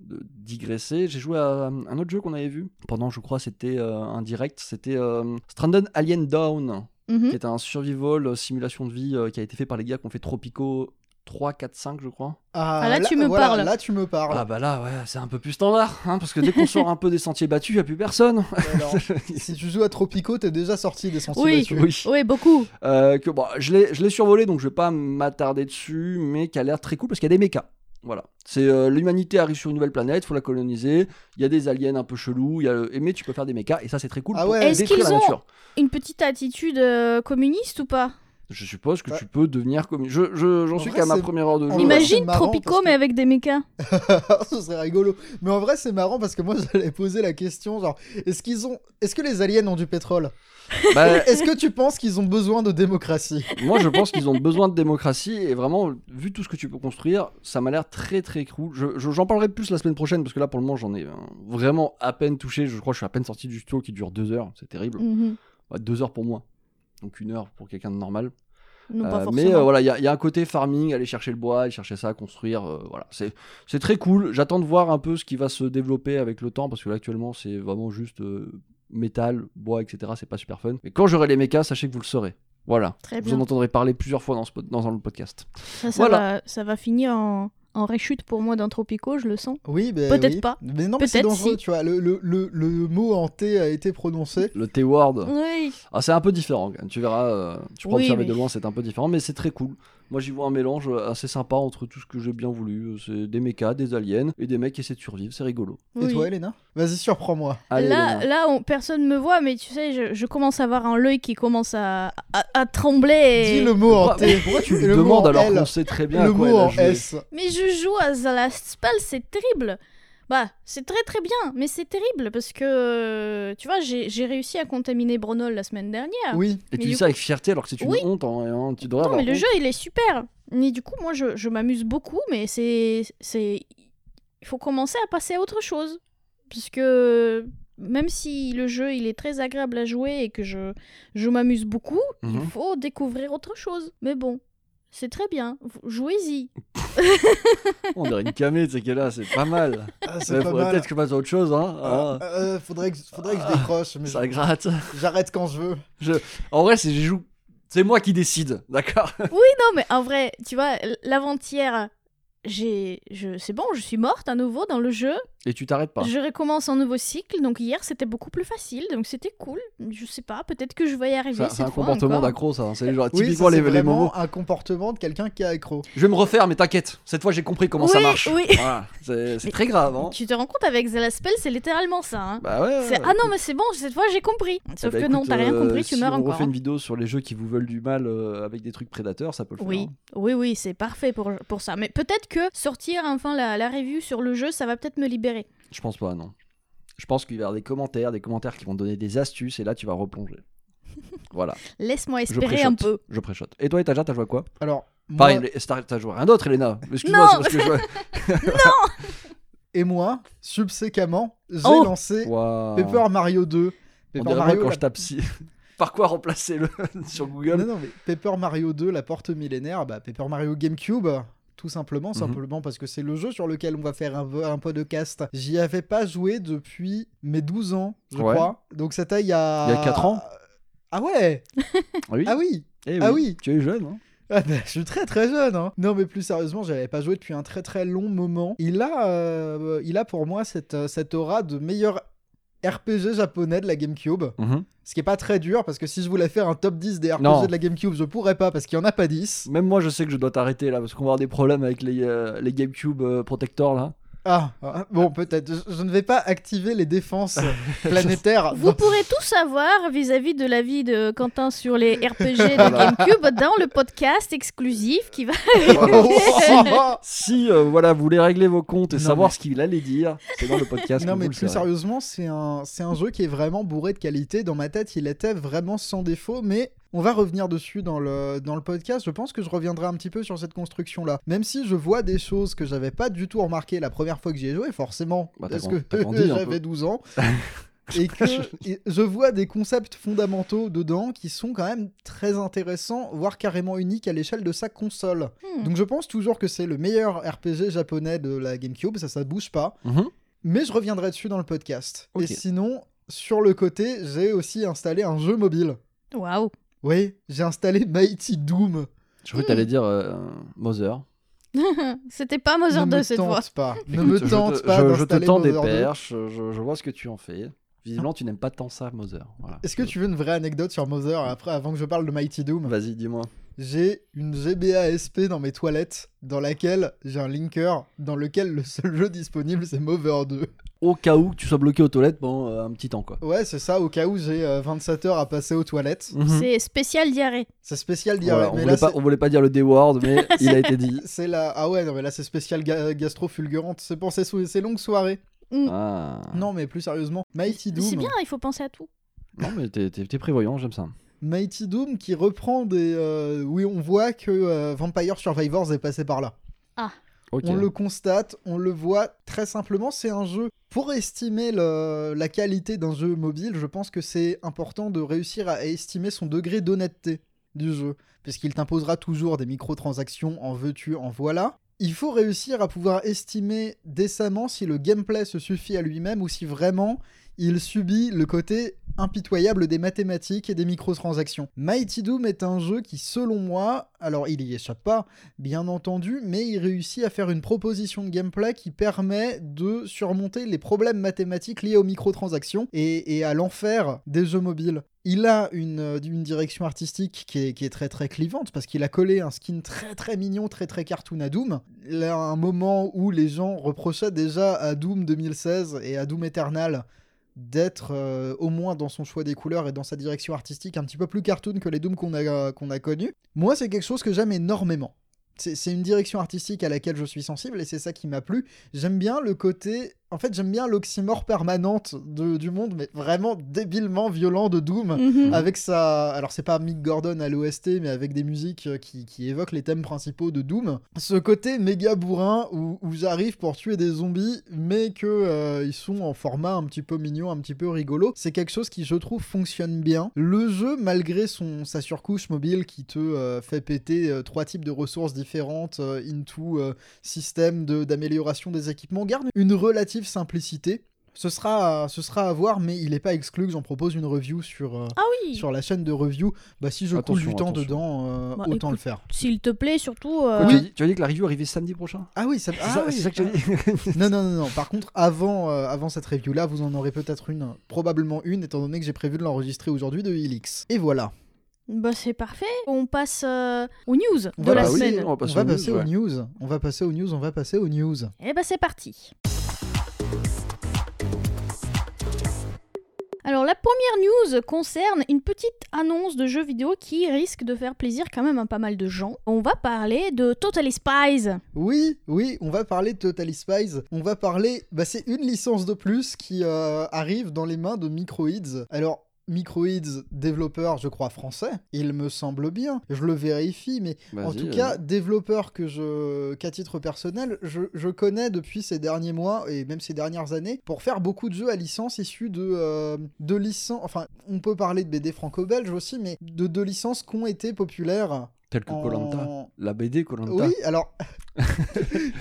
Speaker 2: de digresser. J'ai joué à un autre jeu qu'on avait vu pendant, je crois, c'était euh, un direct. C'était euh, Stranded Alien Down.
Speaker 3: Mhm.
Speaker 2: qui est un survival euh, simulation de vie euh, qui a été fait par les gars qui ont fait Tropico 3, 4, 5, je crois.
Speaker 1: Ah,
Speaker 3: là, tu me
Speaker 1: voilà,
Speaker 3: parles.
Speaker 1: Là, tu me parles.
Speaker 2: Ah bah là, ouais, c'est un peu plus standard, hein, parce que dès qu'on sort un peu des sentiers battus, il a plus personne.
Speaker 1: Alors, si tu joues à Tropico, t'es déjà sorti des sentiers
Speaker 3: Oui.
Speaker 1: battus.
Speaker 2: Oui.
Speaker 3: Oui, mmh. beaucoup.
Speaker 2: Euh, que, bon, je l'ai je l'ai survolé, donc je vais pas m'attarder dessus, mais qui a l'air très cool parce qu'il y a des mechas. Voilà. C'est euh, l'humanité arrive sur une nouvelle planète, faut la coloniser. Il y a des aliens un peu chelous, il y a le- mais tu peux faire des mechas et ça c'est très cool
Speaker 1: Ah
Speaker 2: pour
Speaker 1: ouais.
Speaker 2: détruire
Speaker 3: Est-ce qu'ils
Speaker 2: la
Speaker 3: ont-
Speaker 2: nature.
Speaker 3: Une petite attitude euh, communiste ou pas
Speaker 2: Je suppose que
Speaker 1: Ouais.
Speaker 2: tu peux devenir comme je je- j'en
Speaker 1: En
Speaker 2: suis
Speaker 1: vrai,
Speaker 2: qu'à ma
Speaker 1: c'est-
Speaker 2: première heure de
Speaker 1: en
Speaker 2: jeu.
Speaker 1: vrai,
Speaker 2: là.
Speaker 1: c'est
Speaker 3: Imagine
Speaker 1: marrant
Speaker 3: Tropico,
Speaker 1: parce que-
Speaker 3: mais avec des mechas.
Speaker 1: Ce serait rigolo. Mais en vrai, c'est marrant parce que moi, j'allais poser la question genre, est-ce qu'ils ont, est-ce que les aliens ont du pétrole
Speaker 2: Bah,
Speaker 1: Est-ce que tu penses qu'ils ont besoin de démocratie
Speaker 2: Moi, je pense qu'ils ont besoin de démocratie et vraiment, vu tout ce que tu peux construire, ça m'a l'air très très cool. Je- je- J'en parlerai plus la semaine prochaine parce que là, pour le moment, j'en ai euh, vraiment à peine touché. Je crois que je suis à peine sorti du tuto qui dure deux heures. C'est terrible.
Speaker 3: Mhm.
Speaker 2: Bah, deux heures pour moi. Donc une heure pour quelqu'un de normal.
Speaker 3: Non, pas
Speaker 2: Euh,
Speaker 3: forcément.
Speaker 2: mais euh, voilà, il y, a- il y a un côté farming, aller chercher le bois, aller chercher ça, construire. euh, voilà, c'est c'est très cool. J'attends de voir un peu ce qui va se développer avec le temps parce que là actuellement c'est vraiment juste euh, métal, bois, etc. C'est pas super fun. Mais quand j'aurai les mechas, sachez que vous le saurez. Voilà.
Speaker 1: Eh
Speaker 3: Très
Speaker 2: Vous
Speaker 3: bien.
Speaker 2: en entendrez parler plusieurs fois dans, ce pod- dans le podcast.
Speaker 3: Ça, ça
Speaker 2: Voilà.
Speaker 3: va, ça va finir en, en réchute pour moi dans Tropico, je le sens.
Speaker 1: Oui, ben
Speaker 3: Peut-être
Speaker 1: oui.
Speaker 3: pas.
Speaker 1: Mais non, mais c'est
Speaker 3: Peut-être
Speaker 1: dangereux,
Speaker 3: si.
Speaker 1: tu vois. Le, le, le, le mot hanté a été prononcé.
Speaker 2: Le
Speaker 1: Mm.
Speaker 2: T-Word,
Speaker 3: Oui.
Speaker 2: ah, c'est un peu différent. quand même. Tu verras, euh, tu pourras
Speaker 3: Oui,
Speaker 2: observer de
Speaker 3: mais-
Speaker 2: loin, c'est un peu différent, mais c'est très cool. Moi, j'y vois un mélange euh, assez sympa entre tout ce que j'ai bien voulu. euh, C'est des mechas, des aliens et des mecs qui essaient de survivre. C'est rigolo.
Speaker 1: Et toi, Elena Vas-y, surprends-moi.
Speaker 2: Allez,
Speaker 3: là,
Speaker 2: Elena.
Speaker 3: là on- personne me voit, mais tu sais, je, je commence à avoir un l'œil qui commence à, à, à trembler. et-
Speaker 1: Dis le mot hanté.
Speaker 2: Pourquoi tu
Speaker 1: Et
Speaker 2: lui
Speaker 1: le mot
Speaker 2: demandes
Speaker 1: en
Speaker 2: alors
Speaker 1: L
Speaker 2: qu'on sait très bien à
Speaker 1: Le
Speaker 2: quoi
Speaker 1: mot
Speaker 2: elle a
Speaker 1: en
Speaker 2: joué
Speaker 1: S.
Speaker 3: Mais je joue à The Last Spell, c'est terrible. Bah, c'est très très bien, mais c'est terrible parce que, euh, tu vois, j'ai j'ai réussi à contaminer Bronol la semaine dernière.
Speaker 1: Oui.
Speaker 2: Et tu
Speaker 3: Mais du
Speaker 2: dis ça avec fierté alors que c'est une
Speaker 3: Oui.
Speaker 2: honte. hein, et, hein, tu devrais
Speaker 3: Non,
Speaker 2: avoir
Speaker 3: mais le
Speaker 2: honte.
Speaker 3: jeu, il est super. Mais du coup, moi, je, je m'amuse beaucoup, mais c'est. c'est- Il faut commencer à passer à autre chose. Puisque même si le jeu, il est très agréable à jouer et que je, je m'amuse beaucoup,
Speaker 2: Mhm.
Speaker 3: il faut découvrir autre chose. Mais bon, c'est très bien. Vous- Jouez-y.
Speaker 2: On dirait une camée, tu sais que là, c'est pas mal.
Speaker 1: Ah, c'est
Speaker 2: Ouais,
Speaker 1: pas
Speaker 2: faudrait
Speaker 1: mal.
Speaker 2: peut-être que je fasse autre chose. Hein.
Speaker 1: Ah,
Speaker 2: Ah,
Speaker 1: euh, faudrait, que, faudrait que je décroche, mais
Speaker 2: ça gratte.
Speaker 1: j'arrête quand je veux.
Speaker 2: En vrai, c'est j'y joue. C'est moi qui décide, d'accord
Speaker 3: Non, mais en vrai, tu vois, l'avant-hier, j'ai. je- C'est bon, je suis morte à nouveau dans le jeu.
Speaker 2: Et tu t'arrêtes pas.
Speaker 3: Je recommence un nouveau cycle, donc hier c'était beaucoup plus facile, donc c'était cool. Je sais pas, peut-être que je vais y arriver.
Speaker 2: C'est c'est
Speaker 3: cette
Speaker 2: un
Speaker 3: fois
Speaker 2: comportement
Speaker 3: encore.
Speaker 2: d'accro, ça. hein. C'est genre,
Speaker 1: Oui,
Speaker 2: typiquement
Speaker 1: ça, c'est
Speaker 2: les, les
Speaker 1: vraiment
Speaker 2: moments.
Speaker 1: un comportement de quelqu'un qui est accro.
Speaker 2: Je vais me refaire, mais t'inquiète. Cette fois, j'ai compris comment ça
Speaker 3: Oui,
Speaker 2: marche.
Speaker 3: oui.
Speaker 2: Voilà. C'est c'est très grave. Hein.
Speaker 3: Tu te rends compte avec The Spell, c'est littéralement ça. hein.
Speaker 2: Bah ouais.
Speaker 3: c'est
Speaker 2: ouais,
Speaker 3: ah non, mais c'est bon, cette fois j'ai compris.
Speaker 2: Eh
Speaker 3: Sauf
Speaker 2: ben,
Speaker 3: que non,
Speaker 2: écoute,
Speaker 3: t'as rien
Speaker 2: euh,
Speaker 3: compris, tu
Speaker 2: si
Speaker 3: meurs
Speaker 2: on
Speaker 3: encore. hein.
Speaker 2: refait une vidéo sur les jeux qui vous veulent du mal euh, avec des trucs prédateurs, ça peut le faire.
Speaker 3: Oui,
Speaker 2: hein.
Speaker 3: oui, oui, c'est parfait pour, pour ça. Mais peut-être que sortir enfin la, la review sur le jeu, ça va peut-être me libérer.
Speaker 2: Je pense pas, non. Je pense qu'il va y avoir des commentaires, des commentaires qui vont te donner des astuces et là tu vas replonger. voilà,
Speaker 3: Laisse-moi
Speaker 2: je
Speaker 3: espérer un
Speaker 2: préchote.
Speaker 3: peu.
Speaker 2: Je préchote. Et toi, Etaja, t'as joué à quoi
Speaker 1: Alors, moi
Speaker 2: Pareil, les- t'as t'as joué à rien d'autre, Elena. Excuse-moi, c'est
Speaker 3: Non.
Speaker 2: parce que je jouais-
Speaker 1: et moi, subséquemment, j'ai
Speaker 3: Oh.
Speaker 1: lancé
Speaker 2: Waouh.
Speaker 1: Paper Mario 2.
Speaker 2: On
Speaker 1: Paper
Speaker 2: dirait
Speaker 1: Mario,
Speaker 2: moi quand
Speaker 1: la-
Speaker 2: je tape si. Par quoi remplacer le sur
Speaker 1: Non,
Speaker 2: Google
Speaker 1: non, mais Paper Mario 2, la porte millénaire, bah, Paper Mario GameCube, tout
Speaker 2: Mhm.
Speaker 1: simplement, simplement parce que c'est le jeu sur lequel on va faire un, un podcast. J'y avais pas joué depuis mes 12 ans, je
Speaker 2: Ouais.
Speaker 1: crois. Donc c'était il y a.
Speaker 2: Il y a quatre ans.
Speaker 1: Ah ouais
Speaker 2: Ah oui,
Speaker 1: Ah oui
Speaker 2: Eh
Speaker 1: ah oui.
Speaker 2: Tu es jeune, hein
Speaker 1: Ah bah, je suis très très jeune. hein. Non mais plus sérieusement, j'avais pas joué depuis un très très long moment. Il a, euh, il a pour moi cette, euh, cette aura de meilleur RPG japonais de la GameCube.
Speaker 2: Mhm.
Speaker 1: Ce qui est pas très dur parce que si je voulais faire un top 10 des RPG
Speaker 2: Non.
Speaker 1: de la GameCube, je pourrais pas parce qu'il y en a pas 10.
Speaker 2: Même moi, je sais que je dois t'arrêter là parce qu'on va avoir des problèmes avec les, euh, les GameCube euh, Protector là.
Speaker 1: Ah, ah, bon peut-être. Je, je ne vais pas activer les défenses planétaires.
Speaker 3: Vous pourrez tout savoir vis-à-vis de l'avis de Quentin sur les RPG de GameCube dans le podcast exclusif qui va.
Speaker 1: Oh Voilà.
Speaker 2: Si euh, voilà, vous voulez régler vos comptes et
Speaker 1: Non,
Speaker 2: savoir ce qu'il allait dire, c'est dans le podcast.
Speaker 1: Non
Speaker 2: que
Speaker 1: mais
Speaker 2: vous le
Speaker 1: plus
Speaker 2: saurez.
Speaker 1: sérieusement, c'est un, c'est un jeu qui est vraiment bourré de qualité. Dans ma tête, il était vraiment sans défaut, mais on va revenir dessus dans le, dans le podcast. Je pense que je reviendrai un petit peu sur cette construction-là. Même si je vois des choses que j'avais pas du tout remarquées la première fois que j'y ai joué, forcément,
Speaker 2: Bah, t'as
Speaker 1: parce que
Speaker 2: grand- t'as grandi un peu.
Speaker 1: j'avais 12 ans. Et que et je vois des concepts fondamentaux dedans qui sont quand même très intéressants, voire carrément uniques à l'échelle de sa console.
Speaker 3: Hmm.
Speaker 1: Donc je pense toujours que c'est le meilleur RPG japonais de la GameCube, ça ça bouge pas.
Speaker 2: Mhm.
Speaker 1: Mais je reviendrai dessus dans le podcast.
Speaker 2: Ok.
Speaker 1: Et sinon, sur le côté, j'ai aussi installé un jeu mobile.
Speaker 3: Waouh.
Speaker 1: Oui, j'ai installé Mighty Doom.
Speaker 2: Je crois que t'allais dire euh, Mother.
Speaker 3: C'était pas Mother
Speaker 1: ne
Speaker 3: 2
Speaker 1: me
Speaker 3: cette fois.
Speaker 1: tente pas. Ne
Speaker 2: Écoute,
Speaker 1: me
Speaker 2: je te-
Speaker 1: tente pas.
Speaker 2: Je, je te
Speaker 1: d'installer
Speaker 2: tends des
Speaker 1: Mother 2.
Speaker 2: perches, je, je vois ce que tu en fais. Visiblement, tu n'aimes pas tant ça, Mother. Voilà.
Speaker 1: Est-ce que tu veux une vraie anecdote sur Mother après, avant que je parle de Mighty Doom
Speaker 2: Vas-y, dis-moi.
Speaker 1: J'ai une GBA SP dans mes toilettes, dans laquelle j'ai un linker, dans lequel le seul jeu disponible c'est Mover 2.
Speaker 2: Au cas où que tu sois bloqué aux toilettes pendant euh, un petit temps, quoi.
Speaker 1: Ouais, c'est ça, au cas où j'ai euh, 27 heures à passer aux toilettes.
Speaker 2: Mhm.
Speaker 3: C'est spécial diarrhée.
Speaker 1: C'est spécial dire,
Speaker 2: Voilà, on,
Speaker 1: mais
Speaker 2: voulait
Speaker 1: là
Speaker 2: pas,
Speaker 1: c'est-
Speaker 2: on voulait pas dire le D-word, mais il a été dit.
Speaker 1: c'est la... Ah ouais, non mais là c'est spécial ga- gastro fulgurante, c'est pour ces, sou- ces longues soirées.
Speaker 2: Ah.
Speaker 1: Non mais plus sérieusement, Mighty Doom.
Speaker 3: C'est bien, il faut penser à tout.
Speaker 2: Non, mais t'es- t'es t'es prévoyant, j'aime ça.
Speaker 1: Mighty Doom qui reprend des... euh, Oui, on voit que euh, Vampire Survivors est passé par là.
Speaker 2: Ok.
Speaker 1: On le constate, on le voit très simplement, c'est un jeu. Pour estimer le- la qualité d'un jeu mobile, je pense que c'est important de réussir à estimer son degré d'honnêteté du jeu, puisqu'il t'imposera toujours des microtransactions en veux-tu, en voilà. Il faut réussir à pouvoir estimer décemment si le gameplay se suffit à lui-même ou si vraiment il subit le côté impitoyable des mathématiques et des microtransactions. Mighty Doom est un jeu qui, selon moi, alors il y échappe pas, bien entendu, mais il réussit à faire une proposition de gameplay qui permet de surmonter les problèmes mathématiques liés aux microtransactions et, et à l'enfer des jeux mobiles. Il a une, euh, une direction artistique qui est, qui est très très clivante parce qu'il a collé un skin très très mignon, très très cartoon à Doom. Là, un moment où les gens reprochaient déjà à Doom 2016 et à Doom Eternal d'être euh, au moins dans son choix des couleurs et dans sa direction artistique un petit peu plus cartoon que les Dooms qu'on a, qu'on a connus. Moi, c'est quelque chose que j'aime énormément. C'est c'est une direction artistique à laquelle je suis sensible et c'est ça qui m'a plu. J'aime bien le côté. En fait, j'aime bien l'oxymore permanente de- du monde, mais vraiment débilement violent de Doom.
Speaker 3: Mhm.
Speaker 1: Avec sa. Alors, c'est pas Mick Gordon à l'OST, mais avec des musiques euh, qui, qui évoquent les thèmes principaux de Doom. Ce côté méga bourrin où, où j'arrive pour tuer des zombies, mais que euh, ils sont en format un petit peu mignon, un petit peu rigolo, c'est quelque chose qui, je trouve, fonctionne bien. Le jeu, malgré son, sa surcouche mobile qui te euh, fait péter euh, trois types de ressources différentes euh, into euh, système de- d'amélioration des équipements, garde une relative simplicité. Ce sera, ce sera à voir, mais il n'est pas exclu que j'en propose une review sur, euh,
Speaker 3: Ah oui,
Speaker 1: sur la chaîne de review, bah si je coule
Speaker 2: Attention,
Speaker 1: du temps
Speaker 2: attention.
Speaker 1: dedans, euh,
Speaker 3: Bah,
Speaker 1: autant
Speaker 3: écoute.
Speaker 1: le faire.
Speaker 3: s'il te plaît, surtout. euh,
Speaker 2: Quoi, tu, as dit, tu as dit que la review arrivait samedi prochain
Speaker 1: Ah oui, ça,
Speaker 2: C'est
Speaker 1: ah
Speaker 2: ça,
Speaker 1: oui.
Speaker 2: c'est ça que tu as dit
Speaker 1: Non, non, non, non. Par contre, avant, euh, avant cette review-là, vous en aurez peut-être une, euh, probablement une, étant donné que j'ai prévu de l'enregistrer aujourd'hui de Helix. Et voilà.
Speaker 3: Bah c'est parfait. On passe euh, aux news
Speaker 1: On
Speaker 3: de
Speaker 1: va
Speaker 3: la
Speaker 1: passer-
Speaker 3: semaine.
Speaker 2: on va
Speaker 1: On
Speaker 2: passer
Speaker 1: va
Speaker 2: aux
Speaker 1: passer
Speaker 2: news,
Speaker 1: aux
Speaker 2: ouais.
Speaker 1: news. On va passer aux news. On va passer aux news.
Speaker 3: Eh ben c'est parti. Alors la première news concerne une petite annonce de jeu vidéo qui risque de faire plaisir quand même à pas mal de gens. On va parler de Totally Spies.
Speaker 1: Oui, oui, on va parler de Totally Spies. On va parler. Bah, c'est une licence de plus qui euh, arrive dans les mains de Microids. Alors. Microids, développeur, je crois, français, il me semble bien. Je le vérifie, mais En
Speaker 2: Vas-y, euh,
Speaker 1: tout
Speaker 2: vas-y.
Speaker 1: cas, développeur que je, qu'à titre personnel, je, je connais depuis ces derniers mois et même ces dernières années pour faire beaucoup de jeux à licence issus de, euh, de licences. Enfin, on peut parler de BD franco-belge aussi, mais de deux licences qui ont été populaires.
Speaker 2: Tel que
Speaker 1: en-
Speaker 2: Colanta. La BD Colanta.
Speaker 1: Oui, alors.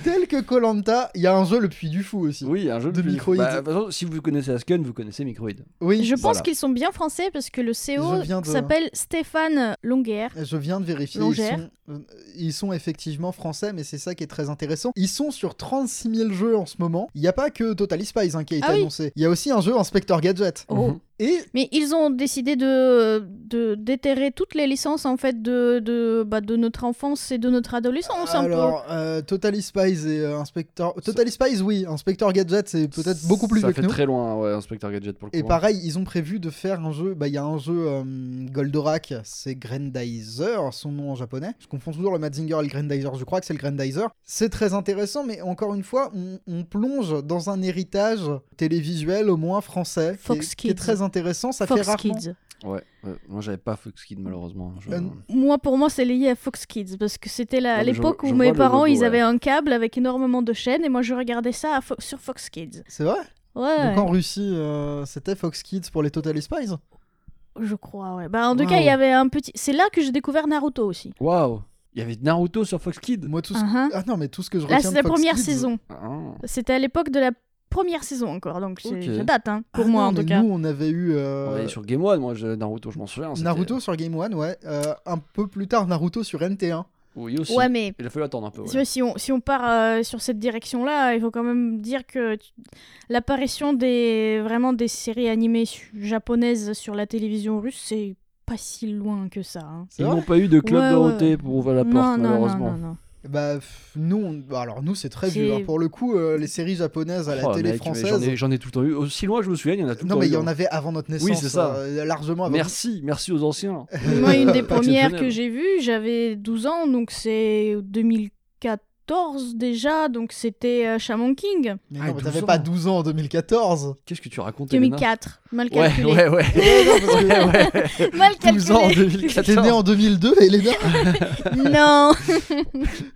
Speaker 1: tel que Colanta, il y a un jeu Le Puy du Fou aussi. Oui,
Speaker 2: Oui, un jeu
Speaker 1: De
Speaker 2: plus-
Speaker 1: Microïd.
Speaker 2: Bah, de toute façon, si vous connaissez Asken, vous connaissez Microïd.
Speaker 3: Je pense
Speaker 2: Voilà.
Speaker 3: qu'ils sont bien français parce que le
Speaker 1: Je viens
Speaker 3: CEO
Speaker 1: de-
Speaker 3: s'appelle Stéphane Longuer.
Speaker 1: Je viens de vérifier. Ils
Speaker 3: Longère.
Speaker 1: sont, euh, ils sont effectivement français, mais c'est ça qui est très intéressant. Ils sont sur 36 000 jeux en ce moment. Il n'y a pas que Totally Spies hein, qui a été
Speaker 3: Ah oui.
Speaker 1: annoncé. Il y a aussi un jeu Inspector Gadget.
Speaker 3: Oh.
Speaker 2: Mhm.
Speaker 1: Et
Speaker 3: Mais ils ont décidé de, de déterrer toutes les licences en fait de, de, bah, de notre enfance et de notre adolescence Oh, un peu.
Speaker 1: alors, euh, Totally Spies et euh, Inspector. Totally Spies, oui. Inspector Gadget, c'est peut-être beaucoup plus
Speaker 2: Ça
Speaker 1: vieux
Speaker 2: fait
Speaker 1: que nous.
Speaker 2: très loin, ouais, Inspector Gadget pour le
Speaker 1: Et
Speaker 2: coup.
Speaker 1: pareil, ils ont prévu de faire un jeu. Bah, il y a un jeu euh, Goldorak, c'est Grandizer, son nom en japonais. Je confonds toujours le Mazinger et le Grandizer. Je crois que c'est le Grandizer. C'est très intéressant, mais encore une fois, on, on plonge dans un héritage télévisuel au moins français, qui est-
Speaker 3: Fox
Speaker 1: qui, est,
Speaker 3: Kids.
Speaker 1: très intéressant. Ça fait
Speaker 3: Fox
Speaker 1: rarement.
Speaker 3: Kids.
Speaker 2: hein. Ouais, ouais. moi j'avais pas Fox Kid malheureusement. Je-
Speaker 1: Euh,
Speaker 3: Moi, pour moi, c'est lié à Fox Kids parce que c'était
Speaker 2: Non,
Speaker 3: la-
Speaker 2: mais je
Speaker 3: l'époque
Speaker 2: vois-
Speaker 3: où
Speaker 2: je
Speaker 3: mes
Speaker 2: vois le
Speaker 3: parents
Speaker 2: logo,
Speaker 3: ils
Speaker 2: ouais.
Speaker 3: avaient un câble avec énormément de chaînes et moi je regardais ça à Fo- sur Fox Kids.
Speaker 1: C'est vrai.
Speaker 3: Ouais,
Speaker 1: Donc en Russie, euh, c'était Fox Kids pour les Total Spies.
Speaker 3: je crois. Ouais. Bah en tout
Speaker 1: Waouh.
Speaker 3: cas, il y avait un petit. C'est là que j'ai découvert Naruto aussi.
Speaker 2: Waouh Il y avait Naruto sur Fox Kid
Speaker 1: Moi tout. Ce...
Speaker 3: Ah, hein.
Speaker 1: Ah non, mais tout ce que je
Speaker 3: Là,
Speaker 1: retiens
Speaker 3: c'est
Speaker 1: de
Speaker 3: la
Speaker 1: Fox
Speaker 3: première
Speaker 1: Kids-
Speaker 3: saison.
Speaker 2: Ah.
Speaker 3: C'était à l'époque de la première saison encore, donc c'est-
Speaker 2: Ok.
Speaker 3: ça date hein, pour
Speaker 1: Ah
Speaker 3: moi
Speaker 1: non,
Speaker 3: en
Speaker 1: mais
Speaker 3: tout cas.
Speaker 1: Nous, on avait eu euh,
Speaker 2: On est sur Game One, moi, je- Naruto, je m'en souviens. c'était-
Speaker 1: Naruto sur Game One, ouais. Euh, un peu plus tard, Naruto sur NT1.
Speaker 2: Oui, aussi.
Speaker 3: Ouais, mais
Speaker 2: Il a fallu attendre un peu. ouais.
Speaker 3: Tu vois, si, on, si on part euh, sur cette direction-là, il faut quand même dire que tu- l'apparition des vraiment des séries animées su- japonaises sur la télévision russe, c'est pas si loin que ça. hein.
Speaker 1: C'est
Speaker 2: Ils
Speaker 1: vrai
Speaker 2: n'ont pas eu de club
Speaker 3: Ouais, ouais,
Speaker 2: Dorothée
Speaker 3: ouais.
Speaker 2: pour ouvrir la porte,
Speaker 3: non, non, non,
Speaker 2: malheureusement.
Speaker 3: non, non.
Speaker 1: Bah, pff, nous, on- bah, alors nous, c'est très vieux.
Speaker 3: C'est-
Speaker 1: hein. Pour le coup, euh, les séries japonaises à la
Speaker 2: Oh,
Speaker 1: télé
Speaker 2: mec, mais
Speaker 1: française.
Speaker 2: J'en ai, j'en ai tout le temps eu. Aussi loin, je me souviens, il y en a tout le temps
Speaker 1: Non, mais
Speaker 2: eu,
Speaker 1: il y
Speaker 2: hein.
Speaker 1: en avait avant notre naissance.
Speaker 2: c'est ça.
Speaker 1: euh, largement avant.
Speaker 2: Merci, merci aux anciens.
Speaker 3: Moi, une des
Speaker 2: Pas
Speaker 3: premières
Speaker 2: exceptionnel.
Speaker 3: que j'ai vues, j'avais 12 ans, donc c'est 2014 déjà, donc c'était euh, Shaman King.
Speaker 1: Mais non,
Speaker 2: Ah,
Speaker 1: mais
Speaker 2: 12
Speaker 1: t'avais
Speaker 2: ans.
Speaker 1: pas 12 ans en 2014.
Speaker 2: Qu'est-ce que tu racontes, Elena
Speaker 3: 2004, mal
Speaker 2: Ouais,
Speaker 3: calculé.
Speaker 2: ouais, ouais. ouais, ouais.
Speaker 3: Mal
Speaker 2: 12 ans en
Speaker 3: calculé.
Speaker 1: T'es
Speaker 2: 2014.
Speaker 1: né en 2002, Elena
Speaker 3: non,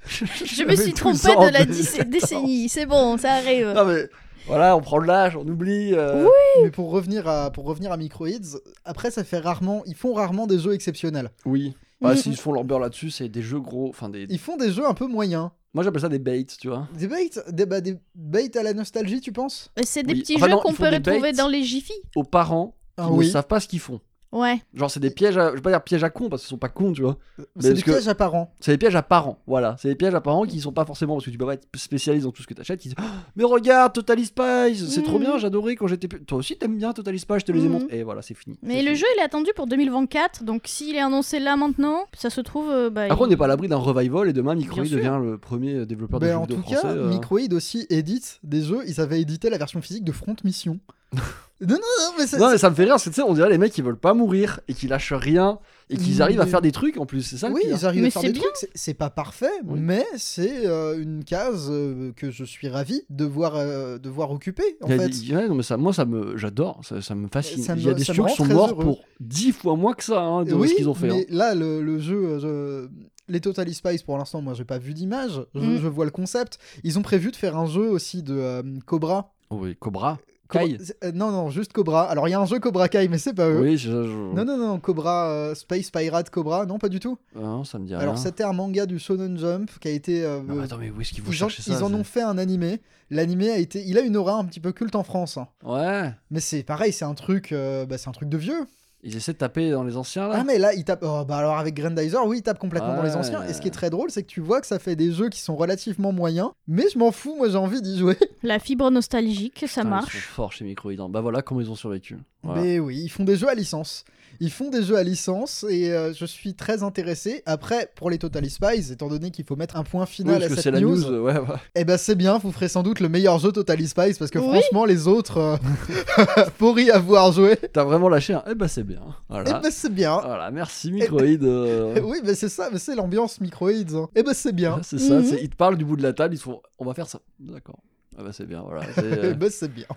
Speaker 3: je
Speaker 2: Je
Speaker 3: me suis trompée de la dix- décennie. C'est bon, ça arrive.
Speaker 2: Non, mais voilà, on prend de l'âge, on oublie. euh,
Speaker 1: Mais pour revenir à, pour revenir à Microids, après, ça fait rarement. Ils font rarement des jeux exceptionnels.
Speaker 2: Oui. Bah,
Speaker 3: Mhm.
Speaker 2: S'ils font leur beurre là-dessus, c'est des jeux gros. Enfin, des...
Speaker 1: Ils font des jeux un peu moyens.
Speaker 2: Moi, j'appelle ça des baits, tu vois.
Speaker 1: Des baits, des, bah, des baits à la nostalgie, tu penses
Speaker 3: Euh, C'est des
Speaker 2: Oui.
Speaker 3: petits
Speaker 2: Enfin,
Speaker 3: jeux
Speaker 2: non,
Speaker 3: qu'on
Speaker 2: ils font
Speaker 3: peut
Speaker 2: des
Speaker 3: retrouver
Speaker 2: baits.
Speaker 3: dans les Jiffy.
Speaker 2: Aux parents qui
Speaker 1: Ah
Speaker 2: ne
Speaker 1: oui.
Speaker 2: savent pas ce qu'ils font.
Speaker 3: Ouais.
Speaker 2: Genre, c'est des pièges à. Je vais pas dire pièges à con parce qu'ils sont pas cons, tu vois.
Speaker 1: C'est
Speaker 2: parce
Speaker 1: des
Speaker 2: que-
Speaker 1: pièges apparents.
Speaker 2: C'est des pièges à parents, voilà. C'est des pièges à parents qui sont pas forcément parce que tu peux pas être spécialiste dans tout ce que t'achètes. Qui disent, Oh, mais regarde, Total Spice, c'est trop
Speaker 3: Mhm.
Speaker 2: bien, j'adorais quand j'étais. pe- Toi aussi t'aimes bien Total Spice, je te les ai
Speaker 3: Mhm.
Speaker 2: montrés. Et voilà, c'est fini.
Speaker 3: Mais
Speaker 2: C'est
Speaker 3: le
Speaker 2: fini.
Speaker 3: jeu, il est attendu pour 2024, donc s'il est annoncé là maintenant, ça se trouve. euh, bah,
Speaker 2: Après, on
Speaker 3: il-
Speaker 2: n'est pas à l'abri d'un revival et demain Microïd
Speaker 3: Bien sûr.
Speaker 2: devient le premier développeur de
Speaker 1: Ben,
Speaker 2: jeux
Speaker 1: en
Speaker 2: vidéo
Speaker 1: tout
Speaker 2: français.
Speaker 1: cas,
Speaker 2: euh.
Speaker 1: Microïd aussi édite des jeux. Ils avaient édité la version physique de Front Mission. non, non, non, mais c'est.
Speaker 2: Non, mais ça me fait rire, parce que tu sais, on dirait les mecs qui veulent pas mourir et qui lâchent rien et qu'ils arrivent à
Speaker 1: Mais-
Speaker 2: faire des trucs en plus, c'est ça le
Speaker 1: Mmh. oui,
Speaker 2: pire.
Speaker 1: ils arrivent
Speaker 3: Mais
Speaker 1: à faire
Speaker 3: c'est
Speaker 1: des
Speaker 3: bien.
Speaker 1: trucs. c'est- C'est pas parfait,
Speaker 2: hein. Oui.
Speaker 1: mais c'est euh, une case euh, que je suis ravi de voir, euh, de voir occuper. En
Speaker 2: Il y a
Speaker 1: fait,
Speaker 2: des- ouais, non, mais ça, moi, ça me, j'adore, ça, ça me fascine.
Speaker 1: Ça me-
Speaker 2: Il y a des
Speaker 1: ça me
Speaker 2: studios
Speaker 1: rend
Speaker 2: qui sont
Speaker 1: très
Speaker 2: morts
Speaker 1: heureux.
Speaker 2: pour 10 fois moins que ça hein, de
Speaker 1: oui,
Speaker 2: ce qu'ils ont fait.
Speaker 1: mais
Speaker 2: hein.
Speaker 1: là, le, le jeu, euh, les Total Spice, pour l'instant, moi, j'ai pas vu d'image. Je,
Speaker 3: Mm.
Speaker 1: je vois le concept. Ils ont prévu de faire un jeu aussi de euh, Cobra.
Speaker 2: Oh, oui, Cobra,
Speaker 1: Cobra-
Speaker 2: Kai.
Speaker 1: c'est- euh, non, non, juste Cobra. Alors, il y a un jeu Cobra Kai, mais c'est pas eux.
Speaker 2: Oui, je- je-
Speaker 1: Non, non, non, Cobra, euh, Space Pirate Cobra, non, pas du tout.
Speaker 2: Ah, non, ça me dit
Speaker 1: Alors,
Speaker 2: rien.
Speaker 1: c'était un manga du Shonen Jump qui a été. euh,
Speaker 2: Non, mais
Speaker 1: euh,
Speaker 2: attends, mais où est-ce qu'ils vont
Speaker 1: ils, en,
Speaker 2: chercher ça
Speaker 1: ils en ont fait un animé. L'animé a été. Il a une aura un petit peu culte en France. hein.
Speaker 2: c'est- Ouais,
Speaker 1: Mais c'est pareil, c'est un truc. euh, bah, c'est un truc de vieux.
Speaker 2: ils essaient de taper dans les anciens là.
Speaker 1: Ah, mais là, il tape. oh, bah, alors, avec Grandizer, oui, il tape complètement dans les
Speaker 2: Ouais.
Speaker 1: anciens. Et ce qui est très drôle, c'est que tu vois que ça fait des jeux qui sont relativement moyens. Mais je m'en fous, moi, j'ai envie d'y jouer.
Speaker 3: La fibre nostalgique,
Speaker 2: Putain,
Speaker 3: ça
Speaker 2: Ils
Speaker 3: marche.
Speaker 2: sont forts chez Microïd. hein. Bah voilà comment ils ont survécu. Voilà.
Speaker 1: Mais oui, ils font des jeux à licence. Ils font des jeux à licence et euh, je suis très intéressé. Après, pour les Total Spies, étant donné qu'il faut mettre un point
Speaker 2: Oui,
Speaker 1: final
Speaker 2: parce
Speaker 1: à
Speaker 2: que
Speaker 1: cette
Speaker 2: c'est la
Speaker 1: news,
Speaker 2: news. ouais, ouais.
Speaker 1: eh ben c'est bien, vous ferez sans doute le meilleur jeu Total Spies parce que
Speaker 3: Oui.
Speaker 1: franchement, les autres, euh, pour y avoir joué,
Speaker 2: T'as vraiment lâché un. Eh bah c'est bien. Voilà. Ah.
Speaker 1: eh ben c'est bien.
Speaker 2: Voilà, merci Microïd.
Speaker 1: Eh
Speaker 2: euh.
Speaker 1: Oui, mais c'est ça, mais c'est l'ambiance microïdes. hein. Eh ben c'est bien.
Speaker 2: C'est ça,
Speaker 3: Mhm.
Speaker 2: c'est- ils te parlent du bout de la table, ils se font on va faire ça. D'accord. Ah bah c'est bien, voilà. c'est, euh,
Speaker 1: Eh ben c'est bien.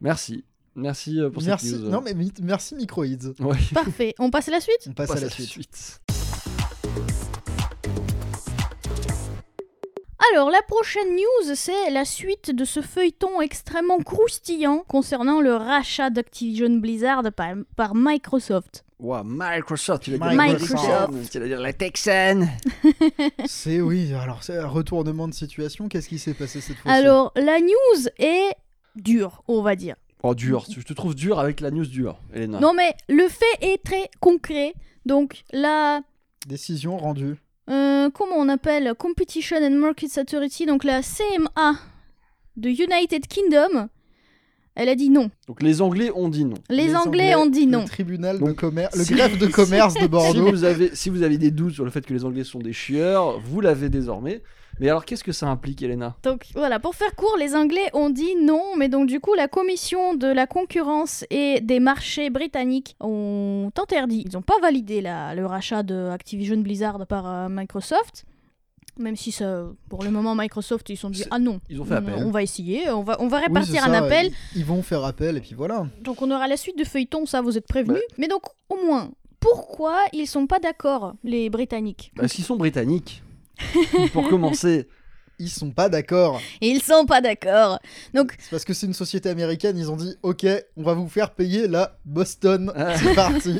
Speaker 2: Merci. Merci euh, pour
Speaker 1: Merci.
Speaker 2: cette news.
Speaker 1: Non mais mi- merci microïdes.
Speaker 2: Ouais,
Speaker 3: Parfait. On passe à la suite
Speaker 1: On passe,
Speaker 2: on passe
Speaker 1: à la suite.
Speaker 3: Alors, la prochaine news, c'est la suite de ce feuilleton extrêmement croustillant concernant le rachat d'Activision Blizzard par, par Microsoft.
Speaker 2: Ouah, Microsoft, il a dit
Speaker 3: Microsoft.
Speaker 2: Il a dit la Texan.
Speaker 1: C'est oui. Alors c'est un retournement de situation. Qu'est-ce qui s'est passé cette fois-ci
Speaker 3: Alors, la news est dure, on va dire.
Speaker 2: Oh, dur. Je te trouve dur avec la news dure, Elena.
Speaker 3: Non, mais le fait est très concret. Donc, la
Speaker 1: Décision rendue.
Speaker 3: Euh, comment on appelle Competition and Market Authority, donc la CMA de United Kingdom, elle a dit non.
Speaker 2: Donc les Anglais ont dit non.
Speaker 3: Les, Anglais, ont dit non.
Speaker 1: Le tribunal de
Speaker 2: Donc,
Speaker 1: commerce, le
Speaker 2: si-
Speaker 1: greffe de
Speaker 2: si-
Speaker 1: commerce de
Speaker 2: Si
Speaker 1: Bordeaux.
Speaker 2: vous, avez, si vous avez des doutes sur le fait que les Anglais sont des chieurs, vous l'avez désormais. Mais alors, qu'est-ce que ça implique, Elena
Speaker 3: Donc voilà, pour faire court, les Anglais ont dit non, mais donc du coup, la commission de la concurrence et des marchés britanniques ont interdit. Ils n'ont pas validé la- le rachat de Activision Blizzard par euh, Microsoft. Même si ça, pour le moment Microsoft ils se sont dit
Speaker 2: C'est-
Speaker 3: ah non,
Speaker 2: ils ont fait appel.
Speaker 3: on va essayer, on va on va
Speaker 1: Oui,
Speaker 3: répartir
Speaker 1: c'est
Speaker 3: un
Speaker 1: ça,
Speaker 3: appel.
Speaker 1: Ils, ils vont faire appel et puis voilà.
Speaker 3: Donc on aura la suite de feuilleton, ça vous êtes prévenus.
Speaker 2: Ouais.
Speaker 3: Mais donc au moins, pourquoi ils sont pas d'accord, les Britanniques
Speaker 2: Parce qu'ils Bah, sont britanniques. pour commencer.
Speaker 1: Ils sont pas d'accord.
Speaker 3: Ils sont pas d'accord.
Speaker 1: C'est parce que c'est une société américaine. Ils ont dit OK, on va vous faire payer la Boston.
Speaker 2: Ah.
Speaker 1: C'est parti.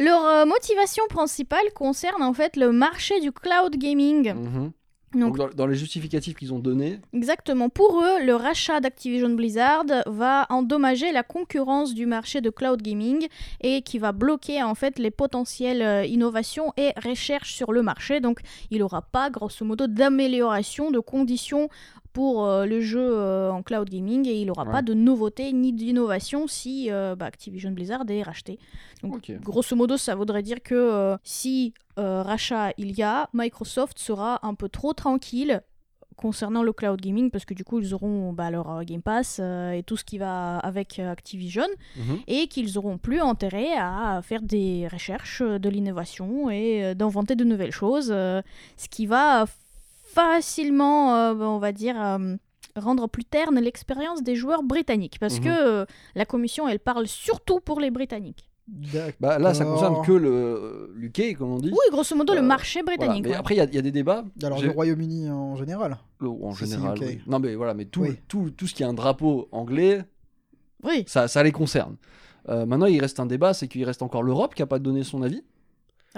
Speaker 3: Leur euh, motivation principale concerne en fait le marché du cloud gaming.
Speaker 2: Mhm. Donc,
Speaker 3: Donc,
Speaker 2: dans, dans les justificatifs qu'ils ont donnés,
Speaker 3: exactement. Pour eux, le rachat d'Activision Blizzard va endommager la concurrence du marché de cloud gaming et qui va bloquer en fait les potentielles euh, innovations et recherches sur le marché. Donc, il n'aura pas grosso modo d'amélioration de conditions pour euh, le jeu euh, en cloud gaming et il n'aura
Speaker 2: Ouais.
Speaker 3: pas de nouveautés ni d'innovation si euh, bah, Activision Blizzard est racheté. Donc,
Speaker 2: Ok.
Speaker 3: grosso modo, ça voudrait dire que euh, si euh, rachat il y a, Microsoft sera un peu trop tranquille concernant le cloud gaming parce que du coup ils auront bah, leur euh, Game Pass euh, et tout ce qui va avec euh, Activision
Speaker 2: Mhm.
Speaker 3: et qu'ils auront plus intérêt à faire des recherches, euh, de l'innovation et euh, d'inventer de nouvelles choses, euh, ce qui va facilement, euh, on va dire, euh, rendre plus terne l'expérience des joueurs britanniques, parce
Speaker 2: Mhm.
Speaker 3: que euh, la commission, elle parle surtout pour les Britanniques.
Speaker 1: D'accord.
Speaker 2: bah, là, ça
Speaker 1: Euh, Alors-
Speaker 2: concerne que le euh, UK, comme on dit.
Speaker 3: Oui, grosso modo,
Speaker 2: Euh,
Speaker 3: le marché
Speaker 2: Voilà.
Speaker 3: britannique.
Speaker 2: Mais
Speaker 3: ouais.
Speaker 2: après, il y a- il y, a des débats.
Speaker 1: Alors
Speaker 2: J'ai-
Speaker 1: le Royaume-Uni en général.
Speaker 2: le- en
Speaker 1: Si, si,
Speaker 2: général.
Speaker 1: UK.
Speaker 2: oui. Non, mais voilà, mais tout,
Speaker 1: Oui.
Speaker 2: tout, tout ce qui est un drapeau anglais,
Speaker 3: Oui,
Speaker 2: ça, ça les concerne. Euh, maintenant, il reste un débat, c'est qu'il reste encore l'Europe qui n'a pas donné son avis,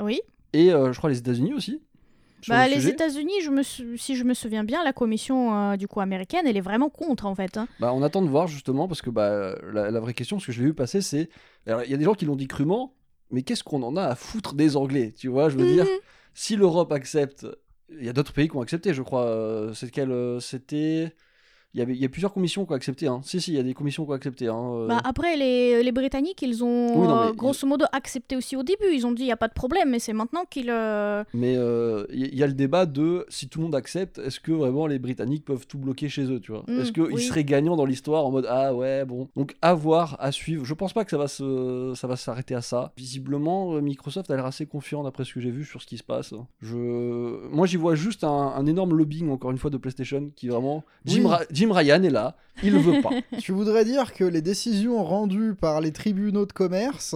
Speaker 3: oui.
Speaker 2: et euh, je crois les États-Unis aussi. sur
Speaker 3: Bah,
Speaker 2: le
Speaker 3: les
Speaker 2: sujet.
Speaker 3: États-Unis, je me sou- si je me souviens bien, la commission euh, du coup américaine, elle est vraiment contre en fait. hein.
Speaker 2: Bah, on attend de voir justement, parce que bah, la, la vraie question, ce que je l'ai vu passer, c'est. alors, Il y a des gens qui l'ont dit crûment, mais qu'est-ce qu'on en a à foutre des Anglais Tu vois, je veux dire,
Speaker 3: Mhm.
Speaker 2: si l'Europe accepte. Il y a d'autres pays qui ont accepté, je crois. euh, c'est quel, euh, C'était. Il y, avait, il y a plusieurs commissions qui ont accepté. Hein. Si, si, il y a des commissions qui ont accepté. Hein. euh.
Speaker 3: Bah, après, les, les Britanniques, ils ont
Speaker 2: Oui, non, mais
Speaker 3: euh, grosso modo accepté aussi au début. Ils ont dit, il n'y a pas de problème, mais c'est maintenant qu'ils... euh,
Speaker 2: Mais il y, y a le débat de si tout le monde accepte, est-ce que vraiment les Britanniques peuvent tout bloquer chez eux, tu vois
Speaker 3: Mm,
Speaker 2: Est-ce qu'ils
Speaker 3: oui.
Speaker 2: seraient gagnants dans l'histoire en mode ah ouais bon Donc à voir, à suivre. Je pense pas que ça va se, ça va s'arrêter à ça. Visiblement, euh, Microsoft a l'air assez confiant d'après ce que j'ai vu sur ce qui se passe. Je, moi j'y vois juste un, un énorme lobbying encore une fois de PlayStation qui vraiment Jim,
Speaker 1: Oui.
Speaker 2: Ra- Jim Ryan est là, il le veut pas,
Speaker 1: tu voudrais dire que les décisions rendues par les tribunaux de commerce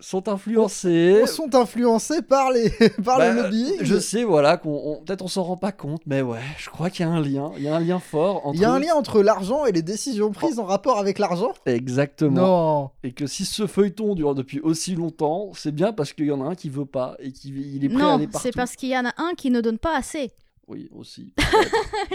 Speaker 2: sont influencés.
Speaker 1: sont influencées par les par
Speaker 2: Euh, Bah,
Speaker 1: le lobbying.
Speaker 2: Je sais, voilà, qu'on on- peut-être on s'en rend pas compte, mais ouais, je crois qu'il y a un lien, il y a un lien fort entre
Speaker 1: Il y a un lien entre l'argent et les décisions prises en rapport avec l'argent.
Speaker 2: Exactement.
Speaker 1: Non.
Speaker 2: Et que si ce feuilleton dure depuis aussi longtemps, c'est bien parce qu'il y en a un qui veut pas et qui il est prêt à aller
Speaker 3: Non,
Speaker 2: partout.
Speaker 3: c'est parce qu'il y en a un qui ne donne pas assez.
Speaker 2: Oui, aussi.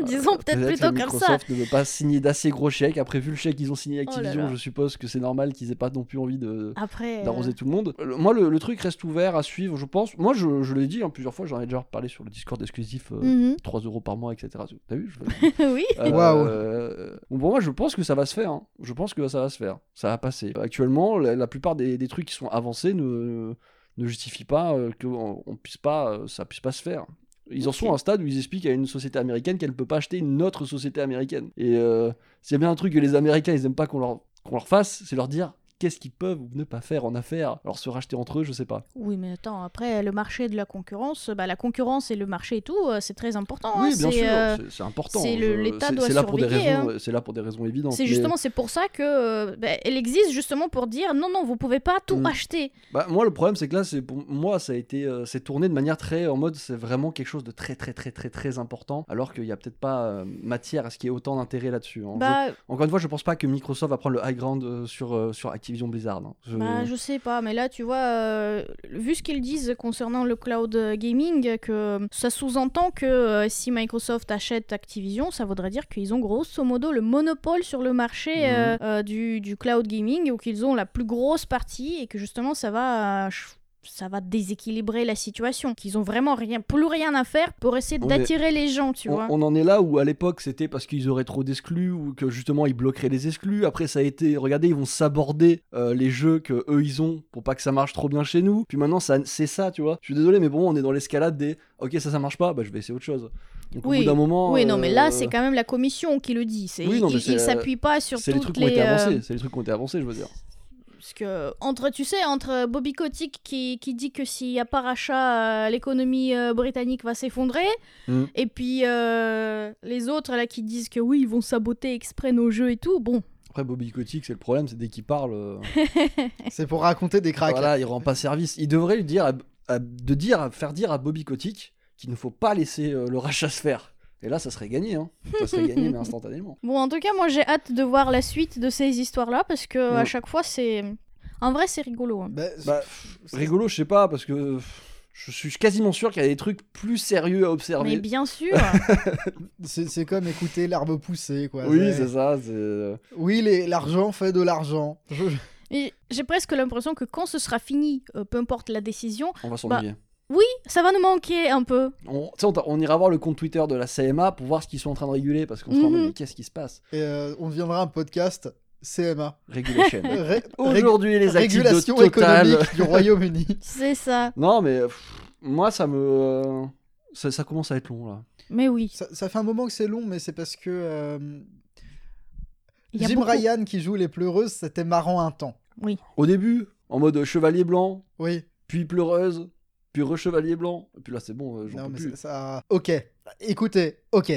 Speaker 3: Disons
Speaker 2: Euh,
Speaker 3: peut-être
Speaker 2: que
Speaker 3: plutôt comme ça. Oh
Speaker 2: Microsoft ne veut pas signer d'assez gros chèques. Après, vu le chèque qu'ils ont signé
Speaker 3: là
Speaker 2: Activision,
Speaker 3: là.
Speaker 2: je suppose que c'est normal qu'ils aient pas non plus envie de
Speaker 3: Après... euh,
Speaker 2: d'arroser tout le monde. Le- moi, le, le truc reste ouvert à suivre, je pense. Moi, je, je l'ai dit hein, plusieurs fois, j'en ai déjà parlé sur le Discord exclusif, euh,
Speaker 3: mhm.
Speaker 2: 3 euros par mois, etc. T'as vu je-
Speaker 3: oui.
Speaker 2: Euh,
Speaker 1: Waouh.
Speaker 2: euh, bon, pour moi, je pense que ça va se faire. hein. Je pense que ça va se faire. Ça va passer. Actuellement, la, la plupart des, des trucs qui sont avancés ne, ne justifient pas euh, que on, on puisse pas, euh, ça puisse pas se faire. Ils en
Speaker 3: Ok.
Speaker 2: sont à un stade où ils expliquent à une société américaine qu'elle ne peut pas acheter une autre société américaine. Et euh, s'il y a bien un truc que les Américains, ils aiment pas qu'on leur, qu'on leur fasse, c'est leur dire qu'est-ce qu'ils peuvent ou ne pas faire en affaires. Alors se racheter entre eux, je sais pas.
Speaker 3: Oui, mais attends, après, le marché de la concurrence, bah, la concurrence et le marché et tout, euh, c'est très important. hein,
Speaker 2: oui, bien
Speaker 3: c'est,
Speaker 2: sûr,
Speaker 3: euh,
Speaker 2: c'est- c'est important.
Speaker 3: c'est le-
Speaker 2: Je-
Speaker 3: l'État
Speaker 2: c'est-
Speaker 3: doit
Speaker 2: c'est là pour des
Speaker 3: surveiller, hein.
Speaker 2: raisons- C'est là pour des raisons évidentes.
Speaker 3: C'est
Speaker 2: mais- euh,
Speaker 3: justement c'est pour ça que euh, bah, elle existe justement pour dire non non vous pouvez pas tout
Speaker 2: Mm.
Speaker 3: acheter
Speaker 2: Bah, moi, le problème, c'est que là, c'est pour moi, ça a été, euh, c'est tourné de manière très en mode, c'est vraiment quelque chose de très, très, très, très, très important, alors qu'il n'y a peut-être pas euh, matière à ce qu'il y ait autant d'intérêt là-dessus. hein.
Speaker 3: bah
Speaker 2: Je- encore une fois, je pense pas que Microsoft va prendre le high ground euh, sur, euh, sur Activision Blizzard. hein. Je-
Speaker 3: Bah, je sais pas, mais là, tu vois, euh, vu ce qu'ils disent concernant le cloud gaming, que ça sous-entend que euh, si Microsoft achète Activision, ça voudrait dire qu'ils ont grosso modo le monopole sur le marché
Speaker 2: Mm.
Speaker 3: euh, euh, du, du cloud gaming, ou qu'ils ont la plus grosse partie, et que justement, ça va... euh, ch- ça va déséquilibrer la situation, qu'ils ont vraiment rien, plus rien à faire pour essayer
Speaker 2: Oui, mais
Speaker 3: d'attirer les gens, tu
Speaker 2: on,
Speaker 3: vois.
Speaker 2: on en est là où à l'époque c'était parce qu'ils auraient trop d'exclus ou que justement ils bloqueraient les exclus. Après ça a été, regardez, ils vont s'aborder euh, les jeux que eux ils ont pour pas que ça marche trop bien chez nous. Puis maintenant ça, c'est ça, tu vois. Je suis désolé, mais bon, on est dans l'escalade des, ok ça ça marche pas, bah je vais essayer autre chose. Donc au
Speaker 3: Oui.
Speaker 2: bout d'un moment.
Speaker 3: Oui, non, mais là,
Speaker 2: euh,
Speaker 3: c'est quand même la commission qui le dit. C'est,
Speaker 2: Oui, non, mais
Speaker 3: il,
Speaker 2: c'est, euh,
Speaker 3: il s'appuie pas sur
Speaker 2: C'est les trucs
Speaker 3: toutes
Speaker 2: qui ont été
Speaker 3: euh,
Speaker 2: avancés, c'est les trucs qui ont été avancés, je veux dire.
Speaker 3: Parce que, entre, tu sais, entre Bobby Kotick qui, qui dit que s'il n'y a pas rachat, euh, l'économie euh, britannique va s'effondrer,
Speaker 2: Mm.
Speaker 3: et puis euh, les autres là qui disent que oui, ils vont saboter exprès nos jeux et tout, bon.
Speaker 2: Après, Bobby Kotick, c'est le problème, c'est dès qu'il parle, euh,
Speaker 1: C'est pour raconter des cracks.
Speaker 2: voilà, il rend pas service. Il devrait lui dire, à- à- de dire, à- faire dire à Bobby Kotick qu'il ne faut pas laisser euh, le rachat se faire. Et là, ça serait gagné, hein. Ça serait gagné, mais instantanément.
Speaker 3: Bon, en tout cas, moi j'ai hâte de voir la suite de ces histoires-là parce que à
Speaker 2: Mm.
Speaker 3: chaque fois, c'est. En vrai, c'est rigolo. hein.
Speaker 1: Bah,
Speaker 2: Bah,
Speaker 1: c'est-
Speaker 2: Rigolo, je sais pas, parce que. pff, Je suis quasiment sûr qu'il y a des trucs plus sérieux à observer.
Speaker 3: Mais bien sûr
Speaker 1: C'est c'est comme écouter l'arbre pousser, quoi.
Speaker 2: oui,
Speaker 1: C'est-
Speaker 2: c'est ça. c'est-
Speaker 1: Oui, les- l'argent fait de l'argent. Je-
Speaker 3: Et J'ai presque l'impression que quand ce sera fini, euh, peu importe la décision,
Speaker 2: On va s'ennuyer.
Speaker 3: ça va nous manquer un peu.
Speaker 2: On, tu sais, on t'a- on ira voir le compte Twitter de la CMA pour voir ce qu'ils sont en train de réguler parce qu'on se rend
Speaker 3: Mhm.
Speaker 2: compte, mais qu'est-ce qui se passe
Speaker 1: Et euh, on deviendra un podcast CMA.
Speaker 2: Régulation.
Speaker 1: Ré-
Speaker 2: Aujourd'hui, les
Speaker 1: ré-
Speaker 2: actifs de
Speaker 1: Régulation
Speaker 2: Total.
Speaker 1: économique du Royaume-Uni.
Speaker 3: C'est ça.
Speaker 2: Non, mais pff, moi, ça me. euh, ça, ça commence à être long, là.
Speaker 3: Mais oui.
Speaker 1: Ça, ça fait un moment que c'est long, mais c'est parce que euh,
Speaker 3: il y a
Speaker 1: Jim
Speaker 3: beaucoup-
Speaker 1: Ryan qui joue Les Pleureuses, c'était marrant un temps.
Speaker 2: Au début, en mode chevalier blanc,
Speaker 1: Oui,
Speaker 2: puis pleureuse, puis rechevalier blanc. Et puis là, c'est bon, euh, j'en
Speaker 1: non,
Speaker 2: peux
Speaker 1: mais
Speaker 2: plus.
Speaker 1: ça, ça- Ok, écoutez, ok.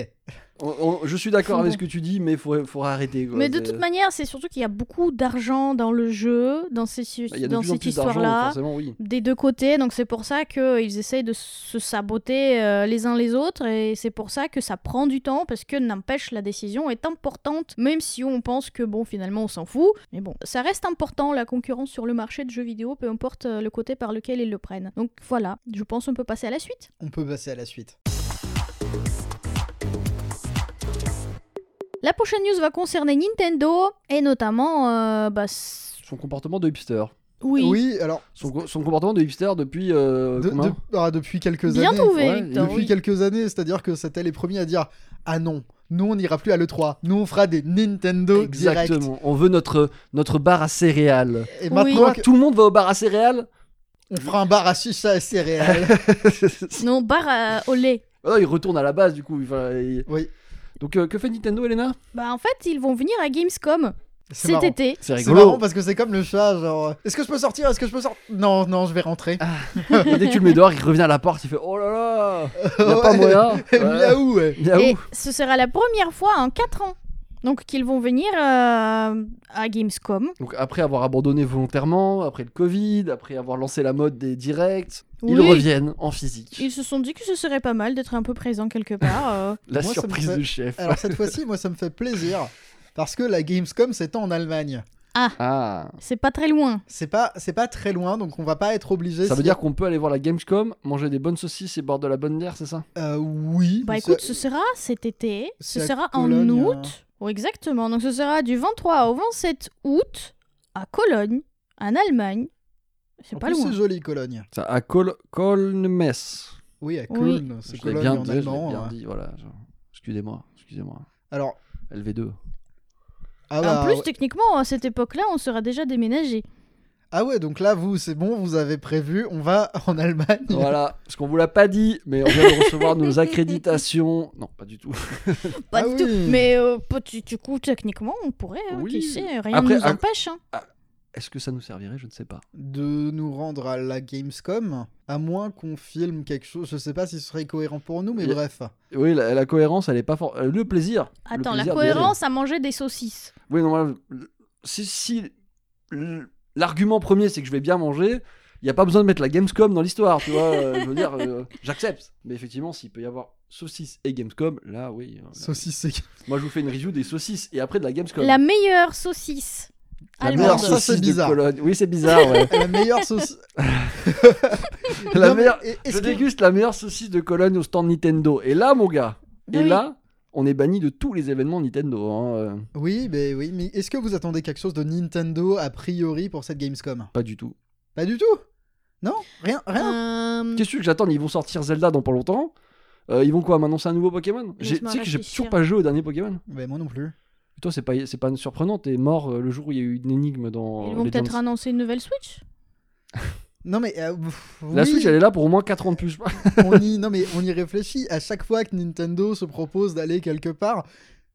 Speaker 2: On- on- je suis d'accord
Speaker 3: Enfin,
Speaker 2: avec
Speaker 1: hein.
Speaker 2: ce
Speaker 3: bon.
Speaker 2: que tu dis, mais il faut, faut arrêter. quoi.
Speaker 3: Mais de
Speaker 2: C'est-
Speaker 3: toute manière, c'est surtout qu'il y a beaucoup d'argent dans le jeu, dans, ces,
Speaker 2: Bah, Il y a de
Speaker 3: dans
Speaker 2: plus en
Speaker 3: cette
Speaker 2: plus d'argent, donc
Speaker 3: histoire-là.
Speaker 2: forcément, oui.
Speaker 3: Des deux côtés, donc c'est pour ça qu'ils essayent de se saboter euh, les uns les autres, et c'est pour ça que ça prend du temps, parce que n'empêche, la décision est importante, même si on pense que bon, finalement, on s'en fout. Mais bon, ça reste important la concurrence sur le marché de jeux vidéo, peu importe euh, le côté par lequel ils le prennent. Donc voilà, je pense qu'on peut passer à la suite.
Speaker 1: On peut passer à la suite.
Speaker 3: La prochaine news va concerner Nintendo et notamment euh, bah, s-
Speaker 2: Son comportement de hipster.
Speaker 3: oui,
Speaker 1: alors,
Speaker 2: Son, co- son comportement de hipster depuis. euh,
Speaker 1: de-
Speaker 2: combien
Speaker 1: de- ah, depuis quelques
Speaker 3: bien
Speaker 1: années.
Speaker 3: trouvé
Speaker 2: ouais,
Speaker 3: Victor.
Speaker 1: depuis
Speaker 3: oui.
Speaker 1: quelques années, c'est-à-dire que c'était les premiers à dire Ah non, nous on n'ira plus à l'E3, nous on fera des Nintendo Direct.
Speaker 2: Exactement. On veut notre, notre bar à céréales.
Speaker 1: Et
Speaker 3: Oui.
Speaker 1: maintenant,
Speaker 2: Quoi Tout le monde va au bar à céréales
Speaker 1: on fera un bar à chicha et céréales.
Speaker 3: Non, barre à- au lait.
Speaker 2: Ah non, il retourne à la base du coup. Enfin, il-
Speaker 1: oui,
Speaker 2: Donc euh, que fait Nintendo, Elena
Speaker 3: Bah en fait, ils vont venir à Gamescom
Speaker 1: c'est
Speaker 3: cet
Speaker 1: marrant.
Speaker 3: été.
Speaker 2: C'est
Speaker 1: C'est marrant parce que c'est comme le chat, genre euh, Est-ce que je peux sortir Est-ce que je peux sortir Non, non, je vais rentrer.
Speaker 2: Ah, Et dès que tu le mets dehors, il revient à la porte, il fait Oh là là Il n'y a pas
Speaker 1: Ouais.
Speaker 2: moyen Ouais.
Speaker 1: Miaou, ouais.
Speaker 2: Miaou.
Speaker 3: Et ce sera la première fois en 4 ans. Donc qu'ils vont venir euh, à Gamescom.
Speaker 2: Donc après avoir abandonné volontairement, après le Covid, après avoir lancé la mode des directs, ils
Speaker 3: Oui.
Speaker 2: reviennent en physique.
Speaker 3: Ils se sont dit que ce serait pas mal d'être un peu présent quelque part. euh.
Speaker 2: La
Speaker 1: Moi, ça me
Speaker 2: surprise
Speaker 1: fait- Euh,
Speaker 2: du chef.
Speaker 1: Alors cette fois-ci, moi ça me fait plaisir parce que la Gamescom c'est en Allemagne.
Speaker 2: Ah
Speaker 3: C'est pas très loin.
Speaker 1: C'est pas c'est pas très loin donc on va pas être obligé.
Speaker 2: Ça veut
Speaker 1: si-
Speaker 2: dire qu'on peut aller voir la Gamescom, manger des bonnes saucisses et boire de la bonne bière, c'est ça
Speaker 1: Euh, oui.
Speaker 3: Bah
Speaker 1: mais
Speaker 3: écoute,
Speaker 1: ça-
Speaker 3: ce sera cet été.
Speaker 1: c'est
Speaker 3: Ce
Speaker 1: à
Speaker 3: sera
Speaker 1: Cologne,
Speaker 3: en
Speaker 1: euh.
Speaker 3: août. Oui, exactement. Donc ce sera du 23 au 27 août à Cologne, en Allemagne. C'est
Speaker 1: en
Speaker 3: pas
Speaker 1: plus,
Speaker 3: loin.
Speaker 1: C'est joli Cologne.
Speaker 2: Ça à Col Colmess.
Speaker 1: Oui, à
Speaker 3: Oui.
Speaker 1: Cologne, c'est
Speaker 2: Je l'ai
Speaker 1: Cologne
Speaker 2: bien,
Speaker 1: en
Speaker 2: dit, je l'ai
Speaker 1: allemand.
Speaker 2: bien
Speaker 1: hein.
Speaker 2: dit, voilà. genre, Excusez-moi, excusez-moi.
Speaker 1: Alors
Speaker 2: LV2.
Speaker 1: ah,
Speaker 3: en
Speaker 1: bah,
Speaker 3: plus,
Speaker 1: ouais.
Speaker 3: techniquement, à cette époque-là, on sera déjà déménagé.
Speaker 1: ah ouais donc là vous c'est bon vous avez prévu on va en Allemagne.
Speaker 2: Voilà, parce qu'on vous l'a pas dit, mais on vient de recevoir nos accréditations. Non, pas du tout.
Speaker 3: Pas
Speaker 1: Ah
Speaker 3: du
Speaker 1: oui.
Speaker 3: tout. Mais euh, petit- du coup, techniquement, on pourrait. hein,
Speaker 2: Oui.
Speaker 3: Qui sait Rien
Speaker 2: Après,
Speaker 3: ne nous
Speaker 2: à-
Speaker 3: empêche. hein.
Speaker 2: Est-ce que ça nous servirait Je ne sais pas.
Speaker 1: De nous rendre à la Gamescom à moins qu'on filme quelque chose. Je sais pas si ce serait cohérent pour nous mais
Speaker 2: Il y a-
Speaker 1: bref.
Speaker 2: Oui, la, la cohérence, elle est pas forte. Le plaisir. le
Speaker 3: Attends, la
Speaker 2: plaisir d'y
Speaker 3: cohérence à manger des saucisses.
Speaker 2: aller. Oui, non, voilà, le- si, si le- l'argument premier, c'est que je vais bien manger, il n'y a pas besoin de mettre la Gamescom dans l'histoire, tu vois. euh, je veux dire, euh, j'accepte. Mais effectivement, s'il peut y avoir saucisses et Gamescom, là, oui. euh, là.
Speaker 1: Saucisse et-
Speaker 2: Moi, je vous fais une review des saucisses et après de la Gamescom.
Speaker 3: La meilleure saucisse.
Speaker 2: La
Speaker 3: allemande.
Speaker 2: meilleure
Speaker 1: Ça, c'est
Speaker 2: saucisse de
Speaker 1: bizarre.
Speaker 2: Cologne. Oui, c'est bizarre, ouais.
Speaker 1: la meilleure saucisse.
Speaker 2: la
Speaker 1: Non, mais
Speaker 2: meilleure...
Speaker 1: est-
Speaker 2: Je
Speaker 1: est-ce que-
Speaker 2: déguste la meilleure saucisse de Cologne au stand Nintendo. Et là, mon gars, et
Speaker 3: Ah Oui.
Speaker 2: là, on est banni de tous les événements Nintendo. hein, euh,
Speaker 1: Oui, mais oui, mais est-ce que vous attendez quelque chose de Nintendo a priori pour cette Gamescom
Speaker 2: Pas du tout.
Speaker 1: Pas du tout. Non, rien, rien.
Speaker 3: Euh,
Speaker 2: Qu'est-ce que j'attends Ils vont sortir Zelda dans pas longtemps. Euh, ils vont quoi M'annoncer un nouveau Pokémon J'ai- Tu
Speaker 3: Laisse-moi
Speaker 2: sais que j'ai
Speaker 3: réfléchir.
Speaker 2: toujours pas joué au dernier Pokémon.
Speaker 1: Ben moi non plus.
Speaker 2: Et toi, c'est pas, c'est pas surprenant. T'es mort euh, le jour où il y a eu une énigme dans.
Speaker 3: Ils
Speaker 2: euh,
Speaker 3: vont
Speaker 2: Legends.
Speaker 3: peut-être annoncer une nouvelle Switch.
Speaker 1: Non mais euh, pff,
Speaker 2: La
Speaker 1: oui,
Speaker 2: Switch, elle est là pour au moins 4 ans de plus.
Speaker 1: on y, non mais on y réfléchit à chaque fois que Nintendo se propose d'aller quelque part.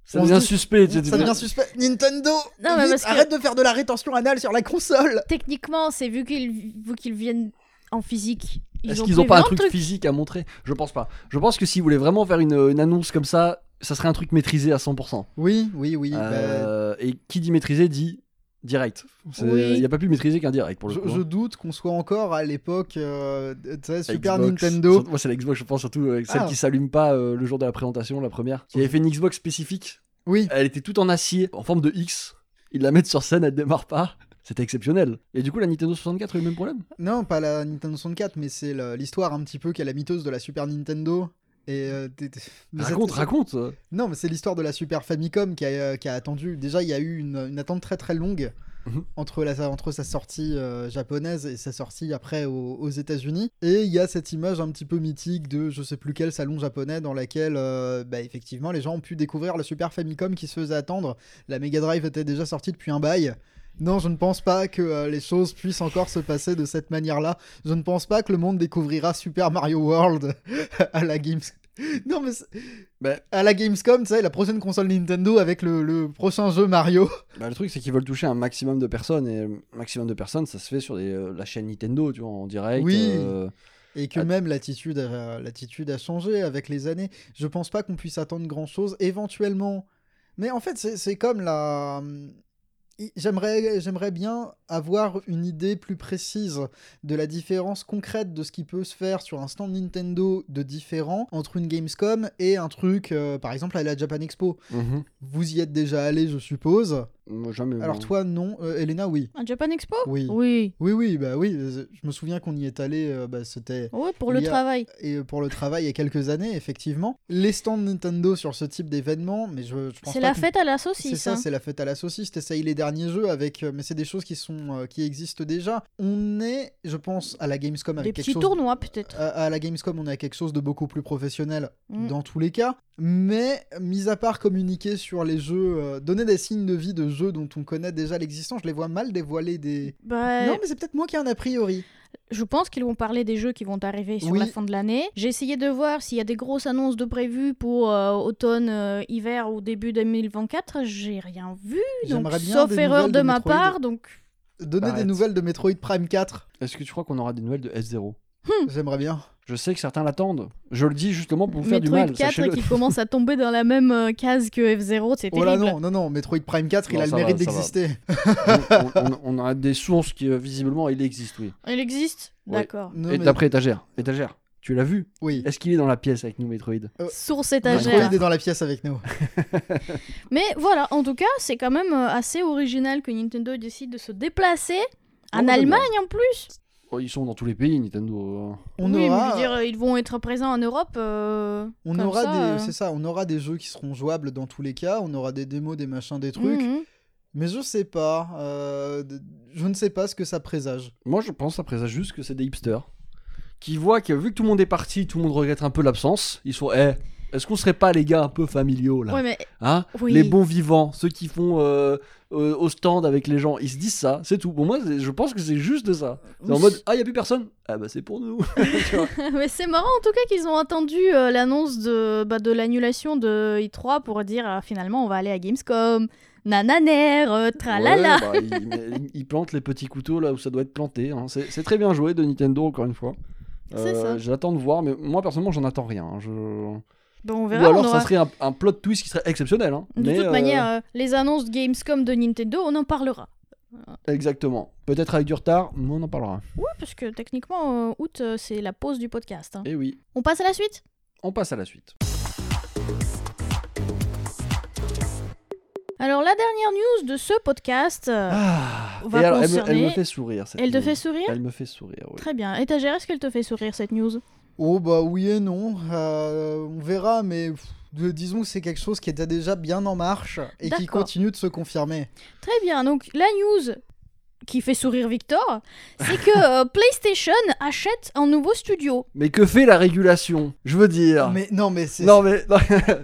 Speaker 2: ça
Speaker 1: On se
Speaker 2: devient
Speaker 1: dit-
Speaker 2: suspect. tu sais,
Speaker 1: Ça
Speaker 2: tu-
Speaker 1: devient suspect. Nintendo,
Speaker 3: Non, mais
Speaker 1: vite,
Speaker 3: parce que-
Speaker 1: arrête de faire de la rétention anale sur la console.
Speaker 3: Techniquement, c'est vu qu'ils vu qu'ils viennent en physique. Ils
Speaker 2: Est-ce
Speaker 3: ont
Speaker 2: qu'ils ont
Speaker 3: prévu
Speaker 2: pas un
Speaker 3: un
Speaker 2: truc, physique à montrer Je pense pas. Je pense que s'ils voulaient vraiment faire une, une annonce comme ça, ça serait un truc maîtrisé à 100%.
Speaker 1: Oui, oui, oui. bah,
Speaker 2: Euh, Et qui dit maîtrisé dit direct. Il
Speaker 3: Oui.
Speaker 2: n'y a pas plus maîtrisé qu'un direct pour le
Speaker 1: je,
Speaker 2: coup.
Speaker 1: je
Speaker 2: hein.
Speaker 1: doute qu'on soit encore à l'époque euh, tu sais, Super
Speaker 2: Xbox.
Speaker 1: Nintendo.
Speaker 2: Surtout- Moi, c'est la Xbox, je pense surtout euh, celle
Speaker 1: Ah.
Speaker 2: qui s'allume pas euh, le jour de la présentation, la première. Qui avait fait une Xbox spécifique.
Speaker 1: Oui.
Speaker 2: Elle était toute en acier, en forme de X. Ils la mettent sur scène, elle démarre pas. C'était exceptionnel. Et du coup, la Nintendo 64 a eu le même problème.
Speaker 1: Non, pas la Nintendo 64, mais c'est le- l'histoire un petit peu qu'est la mythos de la Super Nintendo. Et euh, t'es- t'es- mais ça-
Speaker 2: raconte, raconte. euh.
Speaker 1: Non, mais c'est l'histoire de la Super Famicom qui a, euh, qui a attendu. Déjà, il y a eu une, une attente très très longue
Speaker 2: Mhm.
Speaker 1: entre, la, entre sa sortie euh, japonaise et sa sortie après aux, aux États-Unis. Et il y a cette image un petit peu mythique de je sais plus quel salon japonais dans laquelle, euh, bah, effectivement, les gens ont pu découvrir la Super Famicom qui se faisait attendre. La Mega Drive était déjà sortie depuis un bail. Non, je ne pense pas que euh, les choses puissent encore se passer de cette manière-là. Je ne pense pas que le monde découvrira Super Mario World à la Games. Non, mais c'est-
Speaker 2: Bah,
Speaker 1: à la Gamescom, tu sais, la prochaine console Nintendo avec le, le prochain jeu Mario.
Speaker 2: bah, le truc, c'est qu'ils veulent toucher un maximum de personnes. Et le maximum de personnes, ça se fait sur des, euh, la chaîne Nintendo, tu vois, en direct.
Speaker 1: Oui.
Speaker 2: euh,
Speaker 1: Et que
Speaker 2: Ah.
Speaker 1: même l'attitude a, l'attitude a changé avec les années. Je pense pas qu'on puisse attendre grand chose, éventuellement. Mais en fait, c'est c'est comme la. hum, I- J'aimerais j'aimerais bien avoir une idée plus précise de la différence concrète de ce qui peut se faire sur un stand Nintendo de différent entre une Gamescom et un truc, euh, par exemple, à la Japan Expo.
Speaker 2: mhm.
Speaker 1: Vous y êtes déjà allé, je suppose.
Speaker 2: Moi, jamais.
Speaker 1: Alors,
Speaker 2: moi.
Speaker 1: toi, non. Euh, Elena, oui.
Speaker 3: Un Japan Expo
Speaker 1: Oui.
Speaker 3: Oui.
Speaker 1: Oui, oui, bah oui, euh, je me souviens qu'on y est allé, euh, bah, c'était
Speaker 3: Oui, pour
Speaker 1: Il
Speaker 3: le
Speaker 1: y a-
Speaker 3: travail.
Speaker 1: et, euh, pour le travail il y a quelques années, effectivement. Les stands Nintendo sur ce type d'événement, mais je, je pense
Speaker 3: C'est
Speaker 1: pas
Speaker 3: la
Speaker 1: qu'on-
Speaker 3: fête à la
Speaker 1: C'est
Speaker 3: saucisse.
Speaker 1: ça,
Speaker 3: hein.
Speaker 1: c'est la fête à la saucisse. T'essayes les derniers jeux avec, euh, mais c'est des choses qui sont, euh, qui existent déjà. On est, je pense, à la Gamescom
Speaker 3: Des
Speaker 1: avec quelque
Speaker 3: petits
Speaker 1: chose.
Speaker 3: tournois, peut-être.
Speaker 1: À, à la Gamescom, on a quelque chose de beaucoup plus professionnel
Speaker 3: Mm.
Speaker 1: dans tous les cas. Mais, mis à part communiquer sur les jeux, euh, donner des signes de vie de jeux dont on connaît déjà l'existence, je les vois mal dévoiler des.
Speaker 3: Bah,
Speaker 1: Non, mais c'est peut-être moi qui ai un a priori.
Speaker 3: Je pense qu'ils vont parler des jeux qui vont arriver sur
Speaker 1: Oui.
Speaker 3: la fin de l'année. J'ai essayé de voir s'il y a des grosses annonces de prévues pour euh, automne, euh, hiver ou début 2024. J'ai rien vu, donc
Speaker 1: J'aimerais bien
Speaker 3: sauf
Speaker 1: des
Speaker 3: erreur
Speaker 1: nouvelles
Speaker 3: de,
Speaker 1: de
Speaker 3: ma
Speaker 1: Metroid.
Speaker 3: part. Donc
Speaker 1: Donner des
Speaker 2: Arrête.
Speaker 1: nouvelles de Metroid Prime 4,
Speaker 2: Est-ce que tu crois qu'on aura des nouvelles de S0
Speaker 3: Hmm.
Speaker 1: j'aimerais bien.
Speaker 2: Je sais que certains l'attendent. Je le dis justement pour vous faire
Speaker 3: Metroid
Speaker 2: du mal.
Speaker 3: 4
Speaker 2: sachez-le.
Speaker 3: qui commence à tomber dans la même euh, case que F0, c'est
Speaker 1: Oh
Speaker 3: terrible.
Speaker 1: là non, non, non, Metroid Prime 4, il
Speaker 2: Non,
Speaker 1: a le
Speaker 2: ça va,
Speaker 1: mérite
Speaker 2: ça va.
Speaker 1: d'exister.
Speaker 2: on, on- on a des sources qui euh, visiblement il existe, oui.
Speaker 3: Il existe
Speaker 2: Oui.
Speaker 3: D'accord.
Speaker 1: Non,
Speaker 2: Et
Speaker 1: mais-
Speaker 2: d'après étagère, étagère. Tu l'as vu
Speaker 1: Oui,
Speaker 2: Est-ce qu'il est dans la pièce avec nous, Metroid
Speaker 3: Source
Speaker 1: Metroid
Speaker 3: étagère.
Speaker 1: est dans la pièce avec nous.
Speaker 3: Mais voilà, en tout cas, c'est quand même euh, assez original que Nintendo décide de se déplacer. En
Speaker 2: Complètement.
Speaker 3: Allemagne en plus
Speaker 2: Oh, Ils sont dans tous les pays, Nintendo. hein.
Speaker 1: On
Speaker 3: Oui, mais je
Speaker 1: aura,
Speaker 3: veux dire, ils vont être présents en Europe. euh,
Speaker 1: on
Speaker 3: comme
Speaker 1: aura
Speaker 3: ça,
Speaker 1: des,
Speaker 3: euh.
Speaker 1: c'est ça, on aura des jeux qui seront jouables dans tous les cas, on aura des démos, des machins, des trucs.
Speaker 3: mhm.
Speaker 1: Mais je sais pas, euh, de- je ne sais pas ce que ça présage.
Speaker 2: Moi, je pense après ça juste que c'est des hipsters qui voient que vu que tout le monde est parti, tout le monde regrette un peu l'absence. Ils sont, eh, est-ce qu'on serait pas les gars un peu familiaux là
Speaker 3: Ouais, mais
Speaker 2: Hein
Speaker 3: Oui.
Speaker 2: Les bons vivants, ceux qui font euh, euh, au stand avec les gens, ils se disent ça, c'est tout. Pour moi, c'est- je pense que c'est juste ça. C'est en mode, ah, il a plus personne Ah, bah c'est pour nous. Tu vois.
Speaker 3: Mais c'est marrant en tout cas qu'ils ont attendu euh, l'annonce de, bah, de l'annulation de E3 pour dire ah, finalement on va aller à Gamescom, nananer, euh, tralala.
Speaker 2: Ouais, bah, il, mais il- il plante les petits couteaux là où ça doit être planté. hein. C'est c'est très bien joué de Nintendo, encore une fois. Euh,
Speaker 3: C'est ça.
Speaker 2: J'attends de voir, mais moi personnellement, j'en attends rien. hein. Je- Ou
Speaker 3: Bon, on verra.
Speaker 2: alors,
Speaker 3: on
Speaker 2: ça
Speaker 3: aura-
Speaker 2: serait un, un plot twist qui serait exceptionnel. hein.
Speaker 3: De
Speaker 2: Mais,
Speaker 3: toute
Speaker 2: euh,
Speaker 3: manière, euh, les annonces de Gamescom de Nintendo, on en parlera.
Speaker 2: euh, Exactement. Peut-être avec du retard, mais on en parlera.
Speaker 3: Oui, parce que techniquement, euh, août, euh, c'est la pause du podcast. hein.
Speaker 2: Et Eh oui,
Speaker 3: On passe à la suite
Speaker 2: on passe à la suite.
Speaker 3: Alors, la dernière news de ce podcast euh,
Speaker 2: Ah.
Speaker 3: va
Speaker 2: Et alors, elle, me,
Speaker 3: concerner...
Speaker 2: elle me fait sourire. cette
Speaker 3: Elle te
Speaker 2: news.
Speaker 3: fait sourire
Speaker 2: Elle me fait sourire, oui.
Speaker 3: Très bien. Étagère, est-ce qu'elle te fait sourire cette news
Speaker 1: Oh bah oui et non, euh, on verra, mais pff, de- disons que c'est quelque chose qui était déjà bien en marche et qui
Speaker 3: D'accord.
Speaker 1: continue de se confirmer.
Speaker 3: Très bien, donc la news qui fait sourire Victor, c'est que euh, PlayStation achète un nouveau studio.
Speaker 2: Mais que fait la régulation Je veux dire.
Speaker 1: Mais non, mais c'est.
Speaker 2: Non, mais. non,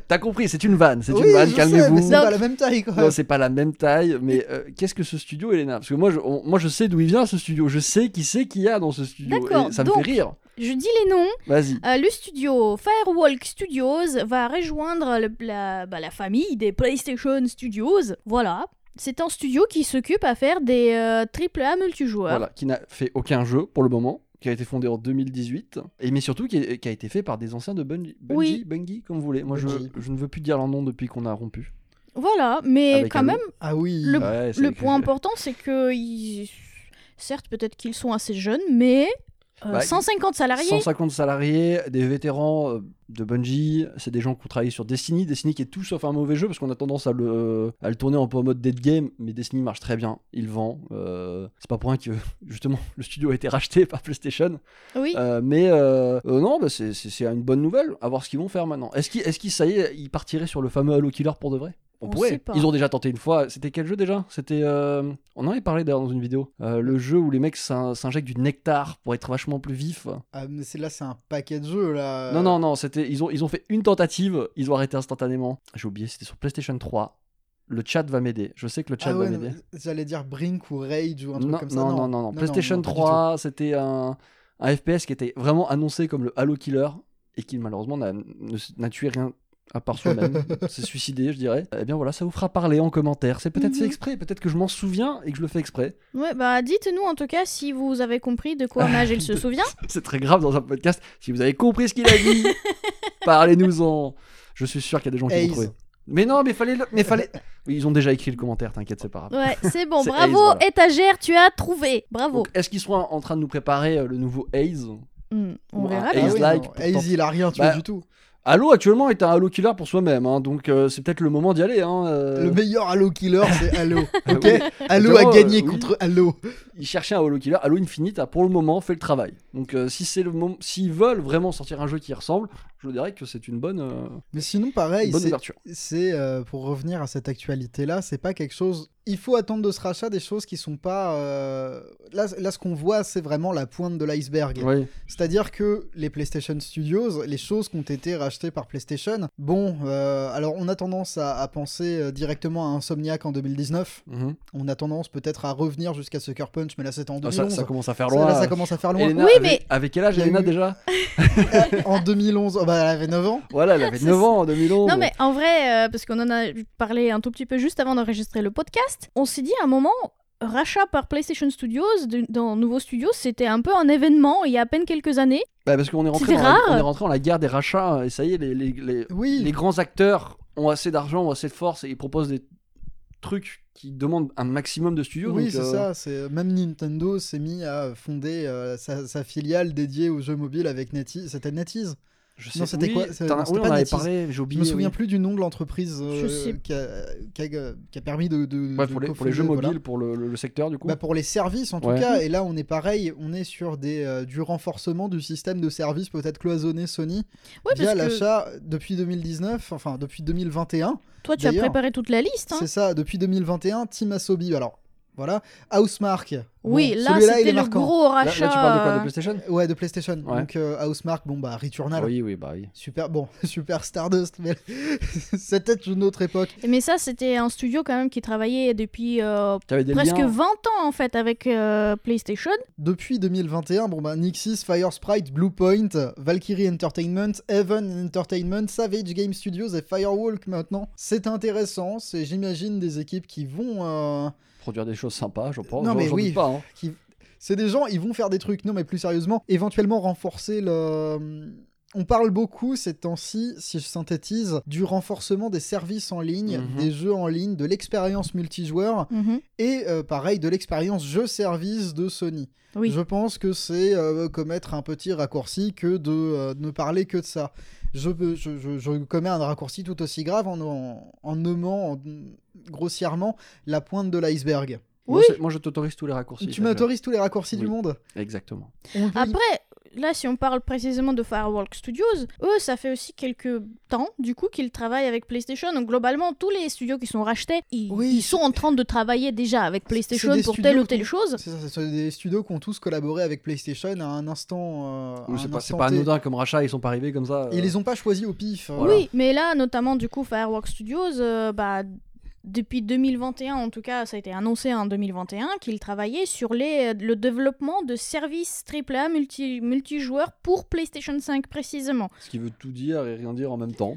Speaker 2: T'as compris, c'est une vanne. C'est
Speaker 1: Oui,
Speaker 2: une vanne,
Speaker 1: je sais, mais
Speaker 2: calmez-vous.
Speaker 1: c'est
Speaker 3: Donc-
Speaker 1: pas la même taille quoi.
Speaker 2: Non, c'est pas la même taille, mais euh, qu'est-ce que ce studio, Elena Parce que moi je, on- moi, je sais d'où il vient ce studio, je sais qui c'est qu'il y a dans ce studio,
Speaker 3: D'accord,
Speaker 2: et ça me
Speaker 3: donc-
Speaker 2: fait rire.
Speaker 3: Je dis les noms.
Speaker 2: Vas-y.
Speaker 3: Euh, le studio Firewalk Studios va rejoindre le- la, bah, la famille des PlayStation Studios. Voilà. C'est un studio qui s'occupe à faire des euh, AAA multijoueurs.
Speaker 2: Voilà, qui n'a fait aucun jeu pour le moment, qui a été fondé en 2018, et mais surtout qui, est- qui a été fait par des anciens de Bungie, Bungie,
Speaker 3: Oui.
Speaker 2: Bungie, comme vous voulez. Moi, je,
Speaker 1: Bungie.
Speaker 2: je ne veux plus dire leur nom depuis qu'on a rompu.
Speaker 3: Voilà, mais
Speaker 2: Avec
Speaker 3: quand
Speaker 2: un
Speaker 3: même,
Speaker 1: Ah oui.
Speaker 3: Le-
Speaker 2: Ouais, c'est
Speaker 3: le
Speaker 2: écrit. euh.
Speaker 3: point important, c'est que ils- certes, peut-être qu'ils sont assez jeunes, mais euh,
Speaker 2: Bah,
Speaker 3: 150 salariés.
Speaker 2: 150 salariés, des vétérans euh, de Bungie, c'est des gens qui ont travaillé sur Destiny, Destiny qui est tout sauf un mauvais jeu parce qu'on a tendance à le, euh, à le tourner un peu en mode dead game, mais Destiny marche très bien, il vend. euh, c'est pas pour rien que justement le studio a été racheté par PlayStation.
Speaker 3: Oui.
Speaker 2: Euh, mais euh, euh, non, bah, c'est- c'est c'est une bonne nouvelle, à voir ce qu'ils vont faire maintenant. Est-ce qu'ils, est-ce qu'ils, ça y est, ils partiraient sur le fameux Halo Killer pour de vrai on,
Speaker 3: On sait
Speaker 2: pourrait.
Speaker 3: pas.
Speaker 2: Ils ont déjà tenté une fois. C'était quel jeu déjà C'était. euh, On en avait parlé d'ailleurs dans une vidéo. Euh, le jeu où les mecs s'in- s'injectent du nectar pour être vachement plus vifs.
Speaker 1: Ah, mais c'est- là, c'est un paquet de jeux, là.
Speaker 2: Non, non, non, c'était, ils, ont, ils ont fait une tentative, ils ont arrêté instantanément. J'ai oublié, c'était sur PlayStation 3. Le chat va m'aider. Je sais que le chat
Speaker 1: Ah
Speaker 2: va
Speaker 1: ouais, non,
Speaker 2: m'aider.
Speaker 1: mais j'allais dire Brink ou Rage ou un
Speaker 2: Non,
Speaker 1: truc
Speaker 2: non,
Speaker 1: comme ça.
Speaker 2: non, non, non. PlayStation
Speaker 1: non, pas du
Speaker 2: 3, c'était un, un FPS qui était vraiment annoncé comme le Halo Killer et qui malheureusement n'a, ne s- n'a tué rien à part soi-même. s'est suicidé, je dirais. Eh bien voilà, ça vous fera parler en commentaire. C'est peut-être fait
Speaker 3: Mhm.
Speaker 2: exprès, peut-être que je m'en souviens et que je le fais exprès.
Speaker 3: Ouais, bah dites-nous en tout cas si vous avez compris de
Speaker 2: Ah,
Speaker 3: quoi Mage il se souvient.
Speaker 2: C'est très grave dans un podcast. Si vous avez compris ce qu'il a dit, parlez-nous-en. Je suis sûr qu'il y a des gens qui
Speaker 1: Ace.
Speaker 2: vont trouver. Mais non, mais fallait, le- mais fallait. Oui, ils ont déjà écrit le commentaire. T'inquiète, c'est pas grave.
Speaker 3: Ouais, c'est bon.
Speaker 2: C'est Ace,
Speaker 3: Bravo,
Speaker 2: voilà.
Speaker 3: étagère, tu as trouvé. Bravo.
Speaker 2: Donc, est-ce qu'ils sont en train de nous préparer euh, le nouveau Haze
Speaker 3: Hmm, on
Speaker 2: Bon,
Speaker 3: verra.
Speaker 2: un
Speaker 1: tout.
Speaker 3: bien.
Speaker 1: Ah
Speaker 2: Ace
Speaker 1: oui,
Speaker 2: like,
Speaker 1: non,
Speaker 2: pourtant.
Speaker 1: Ace, il a rien, tu
Speaker 2: Bah,
Speaker 1: vois, du tout.
Speaker 2: Halo actuellement est un Halo killer pour soi-même, hein, donc euh, c'est peut-être le moment d'y aller. Hein, euh.
Speaker 1: Le meilleur Halo Killer, c'est Halo.
Speaker 2: Euh,
Speaker 1: ok
Speaker 2: oui,
Speaker 1: Halo a
Speaker 2: Genre,
Speaker 1: gagné
Speaker 2: euh, oui.
Speaker 1: contre Halo.
Speaker 2: Ils cherchaient un Halo killer, Halo Infinite a pour le moment fait le travail. Donc euh, si c'est le moment, s'ils veulent vraiment sortir un jeu qui y ressemble, je dirais que c'est une bonne, euh,
Speaker 1: Mais sinon,
Speaker 2: une
Speaker 1: pareil,
Speaker 2: bonne
Speaker 1: c'est
Speaker 2: ouverture.
Speaker 1: c'est euh, pour revenir à cette actualité là, c'est pas quelque chose. Il faut attendre de ce rachat des choses qui sont pas. euh, Là, là, ce qu'on voit, c'est vraiment la pointe de l'iceberg.
Speaker 2: Oui.
Speaker 1: C'est-à-dire que les PlayStation Studios, les choses qui ont été rachetées par PlayStation, bon, euh, alors on a tendance à, à penser euh, directement à Insomniac en 2019.
Speaker 2: Mhm.
Speaker 1: On a tendance peut-être à revenir jusqu'à Sucker Punch, mais là c'était en
Speaker 2: Ah, ça,
Speaker 1: 2011.
Speaker 2: ça commence à faire
Speaker 1: Ça,
Speaker 2: loin. euh.
Speaker 1: là, ça commence à faire loin.
Speaker 2: Elena
Speaker 3: Oui,
Speaker 2: avait-
Speaker 3: mais-
Speaker 2: Avec quel âge
Speaker 1: Il y a
Speaker 2: Elena
Speaker 1: eu-
Speaker 2: déjà
Speaker 1: en 2011, oh, bah, elle avait 9 ans.
Speaker 2: Voilà, elle avait
Speaker 3: C'est
Speaker 2: 9 ans en 2011.
Speaker 3: Non mais en vrai, euh, parce qu'on en a parlé un tout petit peu juste avant d'enregistrer le podcast, on s'est dit à un moment, rachat par PlayStation Studios de- dans Nouveau Studios, c'était un peu un événement il y a à peine quelques années.
Speaker 2: Bah, parce qu'on est rentré,
Speaker 3: C'était
Speaker 2: dans la,
Speaker 3: rare.
Speaker 2: on est rentré dans la guerre des rachats et ça y est, les, les, les-
Speaker 1: Oui,
Speaker 2: les grands acteurs ont assez d'argent, ont assez de force et ils proposent des trucs qui demandent un maximum de studios.
Speaker 1: oui
Speaker 2: donc,
Speaker 1: c'est
Speaker 2: euh,
Speaker 1: ça. C'est même Nintendo s'est mis à fonder euh, sa, sa filiale dédiée aux jeux mobiles avec NetEase. C'était NetEase.
Speaker 2: Je sais,
Speaker 1: Non, c'était
Speaker 2: oui,
Speaker 1: quoi C'est-
Speaker 2: t'en as-
Speaker 1: non, c'était
Speaker 2: oui,
Speaker 1: pas
Speaker 2: on en avait
Speaker 1: Netis.
Speaker 2: parlé, j'ai
Speaker 1: Je
Speaker 2: oublié.
Speaker 1: me souviens
Speaker 2: oui.
Speaker 1: plus du nom de l'entreprise euh,
Speaker 3: Je sais.
Speaker 1: qui, a, qui a- qui a permis de. de-
Speaker 2: Ouais,
Speaker 1: de
Speaker 2: pour, les, pour
Speaker 1: cofonder,
Speaker 2: les jeux
Speaker 1: voilà.
Speaker 2: mobiles, pour le, le- le secteur, du coup.
Speaker 1: Bah, pour les services en tout
Speaker 2: Ouais.
Speaker 1: cas, et là on est pareil, on est sur des, euh, du renforcement du système de services peut-être cloisonné Sony
Speaker 3: Ouais,
Speaker 1: via
Speaker 3: parce que
Speaker 1: l'achat depuis 2019, enfin depuis 2021,
Speaker 3: toi tu as
Speaker 1: d'ailleurs,
Speaker 3: préparé toute la liste. hein.
Speaker 1: c'est ça, depuis 2021, Team Asobi, alors voilà, Housemark, Bon,
Speaker 3: Oui, là
Speaker 1: celui-là, il est
Speaker 3: c'était le
Speaker 1: marquant.
Speaker 3: gros
Speaker 2: Là- là,
Speaker 3: rachat.
Speaker 2: tu parles de quoi De
Speaker 3: euh,
Speaker 2: PlayStation
Speaker 1: Ouais, de PlayStation,
Speaker 2: Ouais.
Speaker 1: donc euh, Housemark, bon bah Returnal,
Speaker 2: Oui, oui, bah oui.
Speaker 1: super, bon, super Stardust, mais c'était une autre époque.
Speaker 3: euh, Mais ça c'était un studio quand même qui travaillait depuis euh,
Speaker 2: T'avais des
Speaker 3: presque
Speaker 2: liens.
Speaker 3: 20 ans en fait avec euh, PlayStation.
Speaker 1: Depuis 2021, bon bah Nixis, Fire Sprite, Bluepoint, Valkyrie Entertainment, Heaven Entertainment, Savage Game Studios et Firewalk maintenant. C'est intéressant, c'est j'imagine des équipes qui vont euh,
Speaker 2: Produire des choses sympas, je pense.
Speaker 1: Non,
Speaker 2: J'en-
Speaker 1: mais
Speaker 2: j'en doute
Speaker 1: oui.
Speaker 2: pas. hein.
Speaker 1: c'est des gens, ils vont faire des trucs. Non, mais plus sérieusement, éventuellement renforcer le. On parle beaucoup ces temps-ci, si je synthétise, du renforcement des services en ligne,
Speaker 2: Mhm.
Speaker 1: des jeux en ligne, de l'expérience multijoueur et euh, pareil de l'expérience jeu-service de Sony.
Speaker 3: Oui.
Speaker 1: Je pense que c'est euh, commettre un petit raccourci que de euh, ne parler que de ça. Je, peux- je, je- je commets un raccourci tout aussi grave en, en, en nommant en- grossièrement la pointe de l'iceberg.
Speaker 2: Moi,
Speaker 3: Oui.
Speaker 2: c'est- Moi, je t'autorise tous les raccourcis.
Speaker 1: tu
Speaker 2: là, je-
Speaker 1: m'autorises tous les raccourcis
Speaker 2: Oui.
Speaker 1: du monde. Ah,
Speaker 2: Exactement.
Speaker 1: On peut y-
Speaker 3: Après, là, si on parle précisément de Firewalk Studios, eux, ça fait aussi quelques temps, du coup, qu'ils travaillent avec PlayStation. Donc, globalement, tous les studios qui sont rachetés, ils,
Speaker 1: Oui,
Speaker 3: ils sont en train de travailler déjà avec PlayStation
Speaker 1: des
Speaker 3: pour
Speaker 1: studios
Speaker 3: telle ou
Speaker 1: qui-
Speaker 3: telle chose.
Speaker 1: C'est ça, c'est des studios qui ont tous collaboré avec PlayStation à un instant. euh, à
Speaker 2: Ou C'est
Speaker 1: un
Speaker 2: pas, c'est
Speaker 1: instant
Speaker 2: pas
Speaker 1: T.
Speaker 2: anodin comme rachat, ils sont pas arrivés comme ça.
Speaker 1: Et
Speaker 2: euh.
Speaker 1: ils les ont pas choisis au pif. euh,
Speaker 2: Voilà.
Speaker 3: Oui, mais là, notamment, du coup, Firewalk Studios, euh, bah, depuis 2021, en tout cas, ça a été annoncé en 2021, qu'ils travaillaient sur les, euh, le développement de services AAA multi, multijoueurs pour PlayStation 5 précisément.
Speaker 2: Ce qui veut tout dire et rien dire en même temps.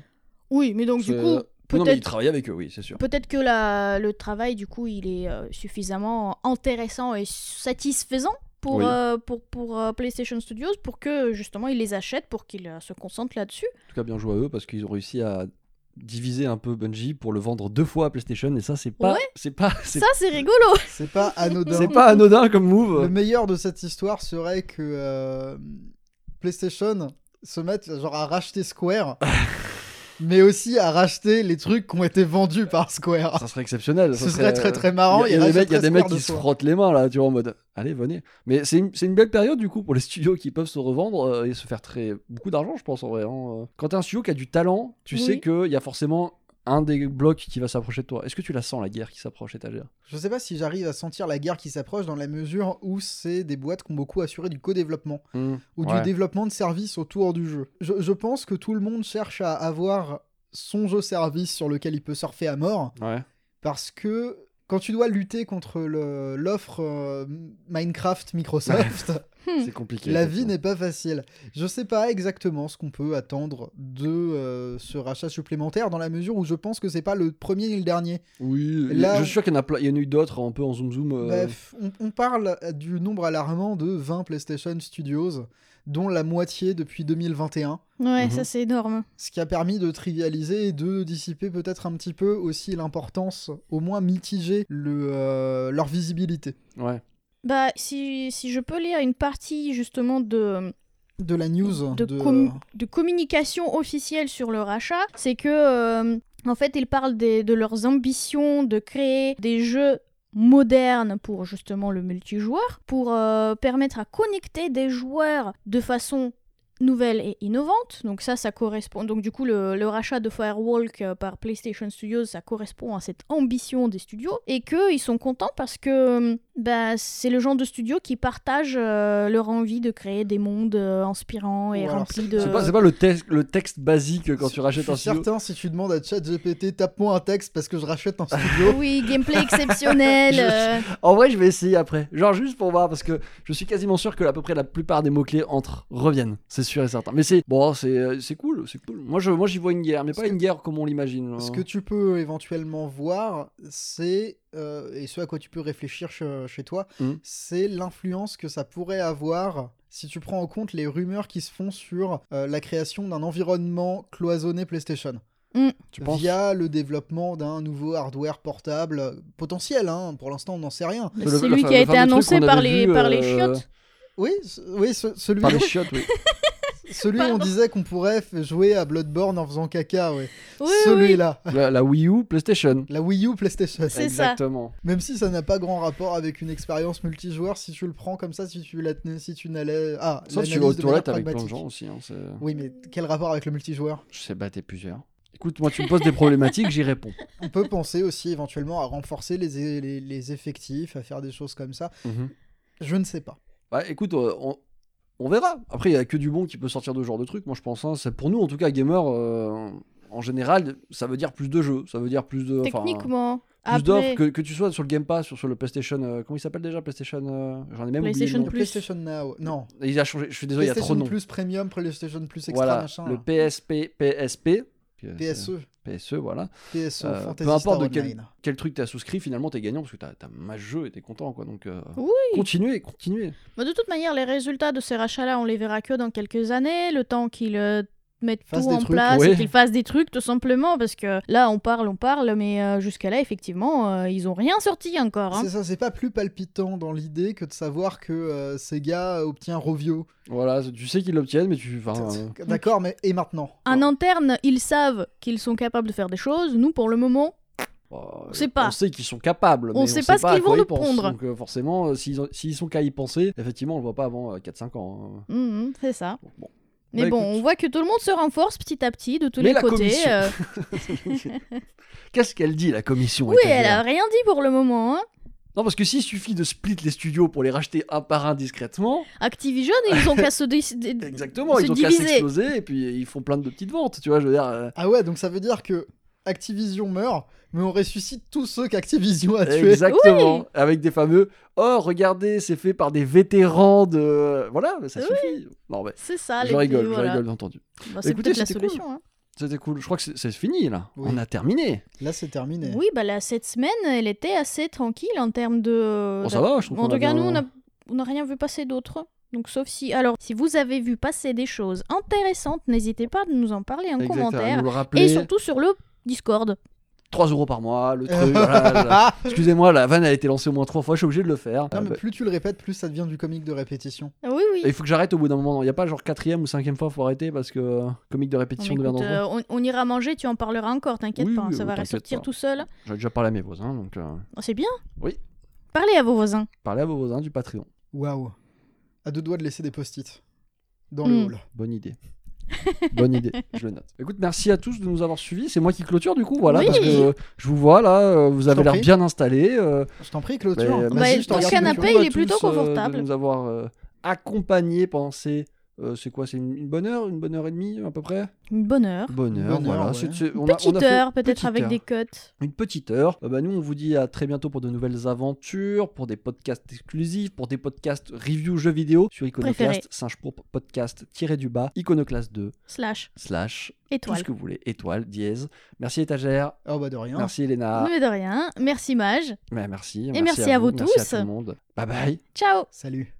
Speaker 3: Oui, mais donc, du
Speaker 2: C'est- euh,
Speaker 3: coup,
Speaker 2: Non, mais ils
Speaker 3: peut-être
Speaker 2: travaillent avec eux, oui, c'est sûr.
Speaker 3: Peut-être que la- le travail, du coup, il est euh, suffisamment intéressant et satisfaisant pour,
Speaker 2: Oui.
Speaker 3: euh, pour, pour euh, PlayStation Studios pour que, justement, ils les achètent, pour qu'ils euh, se concentrent là-dessus.
Speaker 2: En tout cas, bien joué à eux parce qu'ils ont réussi à diviser un peu Bungie pour le vendre deux fois à PlayStation et ça c'est pas
Speaker 3: Ouais.
Speaker 2: c'est pas c'est
Speaker 3: Ça, c'est rigolo.
Speaker 1: C'est pas anodin.
Speaker 2: c'est pas anodin comme move.
Speaker 1: Le meilleur de cette histoire serait que euh, PlayStation se mette genre à racheter Square, mais aussi à racheter les trucs qui ont été vendus par Square.
Speaker 2: Ça serait exceptionnel. ça
Speaker 1: Ce serait très très marrant.
Speaker 2: Il y a, il y a des mecs, il y a des mecs qui se
Speaker 1: feront
Speaker 2: frottent les mains là, tu vois, en mode allez, venez. Mais c'est une, c'est une belle période du coup pour les studios qui peuvent se revendre euh, et se faire très beaucoup d'argent, je pense en vrai. hein. Euh, Quand t'es un studio qui a du talent, tu
Speaker 3: Oui.
Speaker 2: sais qu'il y a forcément un des blocs qui va s'approcher de toi. Est-ce que tu la sens la guerre qui s'approche étagère
Speaker 1: Je sais pas si j'arrive à sentir la guerre qui s'approche dans la mesure où c'est des boîtes qui ont beaucoup assuré du co-développement
Speaker 2: Mmh,
Speaker 1: ou
Speaker 2: Ouais.
Speaker 1: du développement de services autour du jeu. Je, je pense que tout le monde cherche à avoir son jeu service sur lequel il peut surfer à mort.
Speaker 2: Ouais.
Speaker 1: parce que quand tu dois lutter contre le- l'offre euh, Minecraft Microsoft,
Speaker 2: C'est compliqué.
Speaker 1: la vie
Speaker 2: effectivement.
Speaker 1: n'est pas facile. Je sais pas exactement ce qu'on peut attendre de euh, ce rachat supplémentaire dans la mesure où je pense que c'est pas le premier ni le dernier.
Speaker 2: Oui,
Speaker 1: Là-
Speaker 2: je suis sûr qu'il y en a plein. Il y en a eu d'autres un peu en zoom zoom. euh,
Speaker 1: Bref, on, on parle du nombre alarmant de 20 PlayStation Studios, dont la moitié depuis 2021.
Speaker 3: Ouais,
Speaker 2: Mhm.
Speaker 3: ça, c'est énorme.
Speaker 1: Ce qui a permis de trivialiser et de dissiper peut-être un petit peu aussi l'importance, au moins mitiger le, euh, leur visibilité
Speaker 2: Ouais.
Speaker 3: Bah, si, si je peux lire une partie justement de,
Speaker 1: de la news.
Speaker 3: de, com- de communication officielle sur le rachat, c'est que, euh, en fait, ils parlent des- de leurs ambitions de créer des jeux modernes pour justement le multijoueur, pour euh, permettre à connecter des joueurs de façon nouvelle et innovante. Donc ça, ça correspond. Donc du coup, le, le rachat de Firewalk euh, par PlayStation Studios, ça correspond à cette ambition des studios et que ils sont contents parce que euh, bah, c'est le genre de studio qui partage euh, leur envie de créer des mondes euh, inspirants
Speaker 1: Ou
Speaker 3: et
Speaker 1: alors,
Speaker 3: remplis de.
Speaker 2: C'est pas, c'est pas le, texte le texte basique quand
Speaker 1: Si-
Speaker 2: tu rachètes
Speaker 1: je
Speaker 2: un
Speaker 1: suis
Speaker 2: studio.
Speaker 1: certain, si tu demandes à ChatGPT, tape-moi un texte parce que je rachète un studio.
Speaker 3: Oui, gameplay exceptionnel.
Speaker 2: Je-
Speaker 3: euh,
Speaker 2: En vrai, je vais essayer après. Genre juste pour voir, parce que je suis quasiment sûr que à peu près la plupart des mots-clés entrent, reviennent. C'est sûr et certain. Mais c'est bon, c'est euh, c'est cool, c'est cool. Moi, je, moi, j'y vois une guerre, mais
Speaker 1: Parce
Speaker 2: pas
Speaker 1: que-
Speaker 2: une guerre comme on l'imagine.
Speaker 1: ce
Speaker 2: euh.
Speaker 1: que tu peux éventuellement voir, c'est, euh, et ce à quoi tu peux réfléchir che- chez toi,
Speaker 2: Mhm.
Speaker 1: c'est l'influence que ça pourrait avoir si tu prends en compte les rumeurs qui se font sur euh, la création d'un environnement cloisonné PlayStation.
Speaker 2: Tu penses
Speaker 1: Via le développement d'un nouveau hardware portable euh, potentiel, hein, pour l'instant on n'en sait rien.
Speaker 2: Le-
Speaker 3: C'est
Speaker 2: le
Speaker 3: lui
Speaker 2: fa-
Speaker 3: qui a
Speaker 2: le
Speaker 3: été
Speaker 2: fameux
Speaker 3: annoncé
Speaker 2: truc qu'on
Speaker 3: par
Speaker 2: avait
Speaker 3: les,
Speaker 2: vu,
Speaker 3: par les
Speaker 2: euh,
Speaker 3: chiottes.
Speaker 1: Oui, ce- oui ce- celui,
Speaker 2: Par les chiottes, oui.
Speaker 1: celui où on
Speaker 3: Pardon.
Speaker 1: disait qu'on pourrait f- jouer à Bloodborne en faisant caca, ouais.
Speaker 3: Oui, oui.
Speaker 1: celui-là.
Speaker 2: la, la Wii U, PlayStation.
Speaker 1: La Wii U, PlayStation.
Speaker 3: C'est ça.
Speaker 2: Exactement.
Speaker 1: Même si ça n'a pas grand rapport avec une expérience multijoueur, si tu le prends comme ça, si tu la tenais, si tu n'allais. Ah,
Speaker 2: Sauf que tu vas
Speaker 1: l'analyse
Speaker 2: aux
Speaker 1: de manière
Speaker 2: toilettes avec plein de
Speaker 1: pragmatique.
Speaker 2: gens aussi. hein, c'est-
Speaker 1: Oui, mais quel rapport avec le multijoueur
Speaker 2: Je sais battre plusieurs. Écoute, moi, tu me poses des problématiques, j'y réponds.
Speaker 1: On peut penser aussi éventuellement à renforcer les, les, les effectifs, à faire des choses comme ça.
Speaker 2: Mhm.
Speaker 1: Je ne sais pas.
Speaker 2: Bah écoute, euh, on, on verra. Après, il n'y a que du bon qui peut sortir de ce genre de truc, moi je pense. hein. C'est pour nous, en tout cas, gamers, euh, en général, ça veut dire plus de jeux. Ça veut dire plus de. enfin,
Speaker 3: Techniquement.
Speaker 2: Plus d'offres,
Speaker 3: après-
Speaker 2: que, que tu sois sur le Game Pass, sur, sur le PlayStation. euh, comment il s'appelle déjà PlayStation. euh, J'en ai même
Speaker 3: PlayStation
Speaker 1: Le
Speaker 2: oublié.
Speaker 3: Plus.
Speaker 1: PlayStation Now. Non.
Speaker 2: le nom. Il a changé. Je suis désolé, il y a trop
Speaker 1: PlayStation
Speaker 2: de noms.
Speaker 1: Plus Premium, PlayStation Plus Extra,
Speaker 2: Voilà,
Speaker 1: machin. hein.
Speaker 2: le
Speaker 1: là.
Speaker 2: PSP, PSP. euh,
Speaker 1: PSE.
Speaker 2: PSE, voilà.
Speaker 1: PSE,
Speaker 2: Euh,
Speaker 1: E, Fantasy
Speaker 2: peu importe
Speaker 1: Star
Speaker 2: de quel-
Speaker 1: Online.
Speaker 2: Quel truc t'as souscrit, finalement t'es gagnant parce que t'as t'as match jeu et t'es content, quoi. Donc, euh,
Speaker 3: Oui.
Speaker 2: continuez, continuez.
Speaker 3: Mais de toute manière, les résultats de ces rachats-là, on les verra que dans quelques années, le temps qu'ils euh, mettent
Speaker 1: Fassent
Speaker 3: tout
Speaker 1: des
Speaker 3: en
Speaker 1: trucs,
Speaker 3: place
Speaker 2: ouais.
Speaker 3: et qu'ils fassent des trucs, tout simplement, parce que là, on parle, on parle, mais euh, jusqu'à là, effectivement, euh, ils ont rien sorti encore. hein.
Speaker 1: C'est ça, c'est pas plus palpitant dans l'idée que de savoir que euh, Sega obtient Rovio.
Speaker 2: Voilà, tu sais qu'ils l'obtiennent, mais tu. enfin, euh,
Speaker 1: D'accord, mais et maintenant
Speaker 3: En interne, ils savent qu'ils sont capables de faire des choses. Nous, pour le moment,
Speaker 2: Bah,
Speaker 3: On sait pas.
Speaker 2: On sait qu'ils sont capables.
Speaker 3: On
Speaker 2: mais
Speaker 3: sait pas ce
Speaker 2: à
Speaker 3: qu'ils
Speaker 2: quoi
Speaker 3: vont
Speaker 2: ils
Speaker 3: nous
Speaker 2: pensent.
Speaker 3: pondre.
Speaker 2: Donc euh, forcément, euh, s'ils ont- s'ils sont qu'à y penser, effectivement, on le voit pas avant euh, 4-5 ans. hein.
Speaker 3: hum, hum, c'est ça.
Speaker 2: Donc, bon.
Speaker 3: Mais
Speaker 2: Bah,
Speaker 3: bon,
Speaker 2: écoute.
Speaker 3: on voit que tout le monde se renforce petit à petit de tous
Speaker 2: Mais
Speaker 3: les
Speaker 2: la
Speaker 3: côtés.
Speaker 2: commission.
Speaker 3: euh.
Speaker 2: Qu'est-ce qu'elle dit la commission
Speaker 3: Oui, elle
Speaker 2: étagère
Speaker 3: a rien dit pour le moment. hein.
Speaker 2: Non, parce que s'il suffit de split les studios pour les racheter un par un discrètement,
Speaker 3: Activision, ils ont qu'à se décider.
Speaker 2: exactement,
Speaker 3: Se
Speaker 2: ils ont qu'à
Speaker 3: diviser.
Speaker 2: s'exploser et puis euh, ils font plein de petites ventes, tu vois, je veux dire. euh,
Speaker 1: Ah ouais, donc ça veut dire que Activision meurt, mais on ressuscite tous ceux qu'Activision a tués.
Speaker 2: euh, Exactement, avec des fameux Oh, regardez, c'est fait par des vétérans de. Voilà, mais ça
Speaker 3: Oui.
Speaker 2: suffit. Non, mais
Speaker 3: C'est ça, les
Speaker 2: je rigole,
Speaker 3: voilà.
Speaker 2: je rigole, bien entendu.
Speaker 3: Bah, c'est
Speaker 2: Écoutez,
Speaker 3: peut-être la
Speaker 2: c'était cool.
Speaker 3: solution. hein.
Speaker 2: C'était cool, je crois que c'est- c'est fini là.
Speaker 1: Oui.
Speaker 2: On a terminé.
Speaker 1: Là, c'est terminé.
Speaker 3: Oui, bah là, cette semaine, elle était assez tranquille en termes de. bah,
Speaker 2: Bon, ça va, je trouve.
Speaker 3: En
Speaker 2: qu'on a
Speaker 3: tout cas,
Speaker 2: bien-
Speaker 3: nous, on a- on n'a rien vu passer d'autre. Donc sauf si alors si vous avez vu passer des choses intéressantes, n'hésitez pas à nous en parler en
Speaker 2: Exactement,
Speaker 3: commentaire
Speaker 2: nous le rappeler.
Speaker 3: et surtout sur Euh. le Discord.
Speaker 2: 3 euros par mois, le truc. voilà, là. Excusez-moi, la vanne a été lancée au moins 3 fois, je suis obligé de le faire.
Speaker 1: Ah, Non,
Speaker 2: Euh,
Speaker 1: mais
Speaker 2: bah,
Speaker 1: plus tu le répètes, plus ça devient du comique de répétition.
Speaker 3: Ah Oui oui.
Speaker 2: Il faut que j'arrête au bout d'un moment. Il n'y a pas genre quatrième ou cinquième fois, faut arrêter parce que euh, comique de
Speaker 3: Bon,
Speaker 2: répétition
Speaker 3: écoute,
Speaker 2: devient dangereux.
Speaker 3: euh, on, on ira manger, tu en parleras encore, t'inquiète
Speaker 2: Oui,
Speaker 3: pas, hein,
Speaker 2: oui,
Speaker 3: ça
Speaker 2: oui,
Speaker 3: va
Speaker 2: t'inquiète
Speaker 3: ressortir
Speaker 2: pas.
Speaker 3: tout seul.
Speaker 2: J'ai déjà parlé à mes voisins, donc euh,
Speaker 3: Oh, C'est bien.
Speaker 2: Oui.
Speaker 3: Parlez à vos voisins.
Speaker 2: parlez à vos voisins du Patreon.
Speaker 1: Waouh. À deux doigts de laisser des post-it dans le
Speaker 3: Hmm.
Speaker 1: hall.
Speaker 2: Bonne idée. Bonne idée, je le note. Écoute, merci à tous de nous avoir suivis. C'est moi qui clôture du coup, voilà,
Speaker 3: Oui.
Speaker 2: parce que euh, je vous vois là, euh, vous avez
Speaker 1: t'en
Speaker 2: l'air
Speaker 1: prie.
Speaker 2: bien installés. euh,
Speaker 1: Je t'en prie, clôture.
Speaker 2: mais-
Speaker 1: Vas-y,
Speaker 3: Bah,
Speaker 1: je te
Speaker 3: ton
Speaker 1: regarde,
Speaker 3: canapé,
Speaker 1: Clôture.
Speaker 2: Merci à
Speaker 3: il est
Speaker 2: tous,
Speaker 3: plutôt
Speaker 2: euh,
Speaker 3: confortable.
Speaker 2: de nous avoir euh, accompagnés pendant ces. euh, c'est quoi C'est une, une bonne heure Une bonne heure et demie à peu près
Speaker 3: Une bonne heure.
Speaker 2: Bonne
Speaker 1: Une
Speaker 2: heure,
Speaker 1: bonne
Speaker 2: voilà.
Speaker 1: heure,
Speaker 2: c'est-
Speaker 1: ouais.
Speaker 2: c'est- on a- on a
Speaker 3: Petite
Speaker 2: fait
Speaker 3: heure peut-être
Speaker 2: petite
Speaker 3: avec
Speaker 2: heure.
Speaker 3: des cuts.
Speaker 2: une petite heure. Euh, bah, nous, on vous dit à très bientôt pour de nouvelles aventures, pour des podcasts exclusifs, pour des podcasts review jeux vidéo sur
Speaker 3: Préféré.
Speaker 2: Iconoclast, singe pour podcast tiré du bas, Iconoclast 2,
Speaker 3: Slash
Speaker 2: slash, tout
Speaker 3: étoile.
Speaker 2: ce que vous voulez, étoile, dièse. Merci étagère,
Speaker 1: Oh, bah, de rien.
Speaker 2: merci Elena,
Speaker 3: Mais de rien. Merci Mage.
Speaker 2: Mais merci,
Speaker 3: merci à vous
Speaker 2: Merci à
Speaker 3: tous.
Speaker 2: tout le monde. Bye bye.
Speaker 3: Ciao.
Speaker 1: Salut.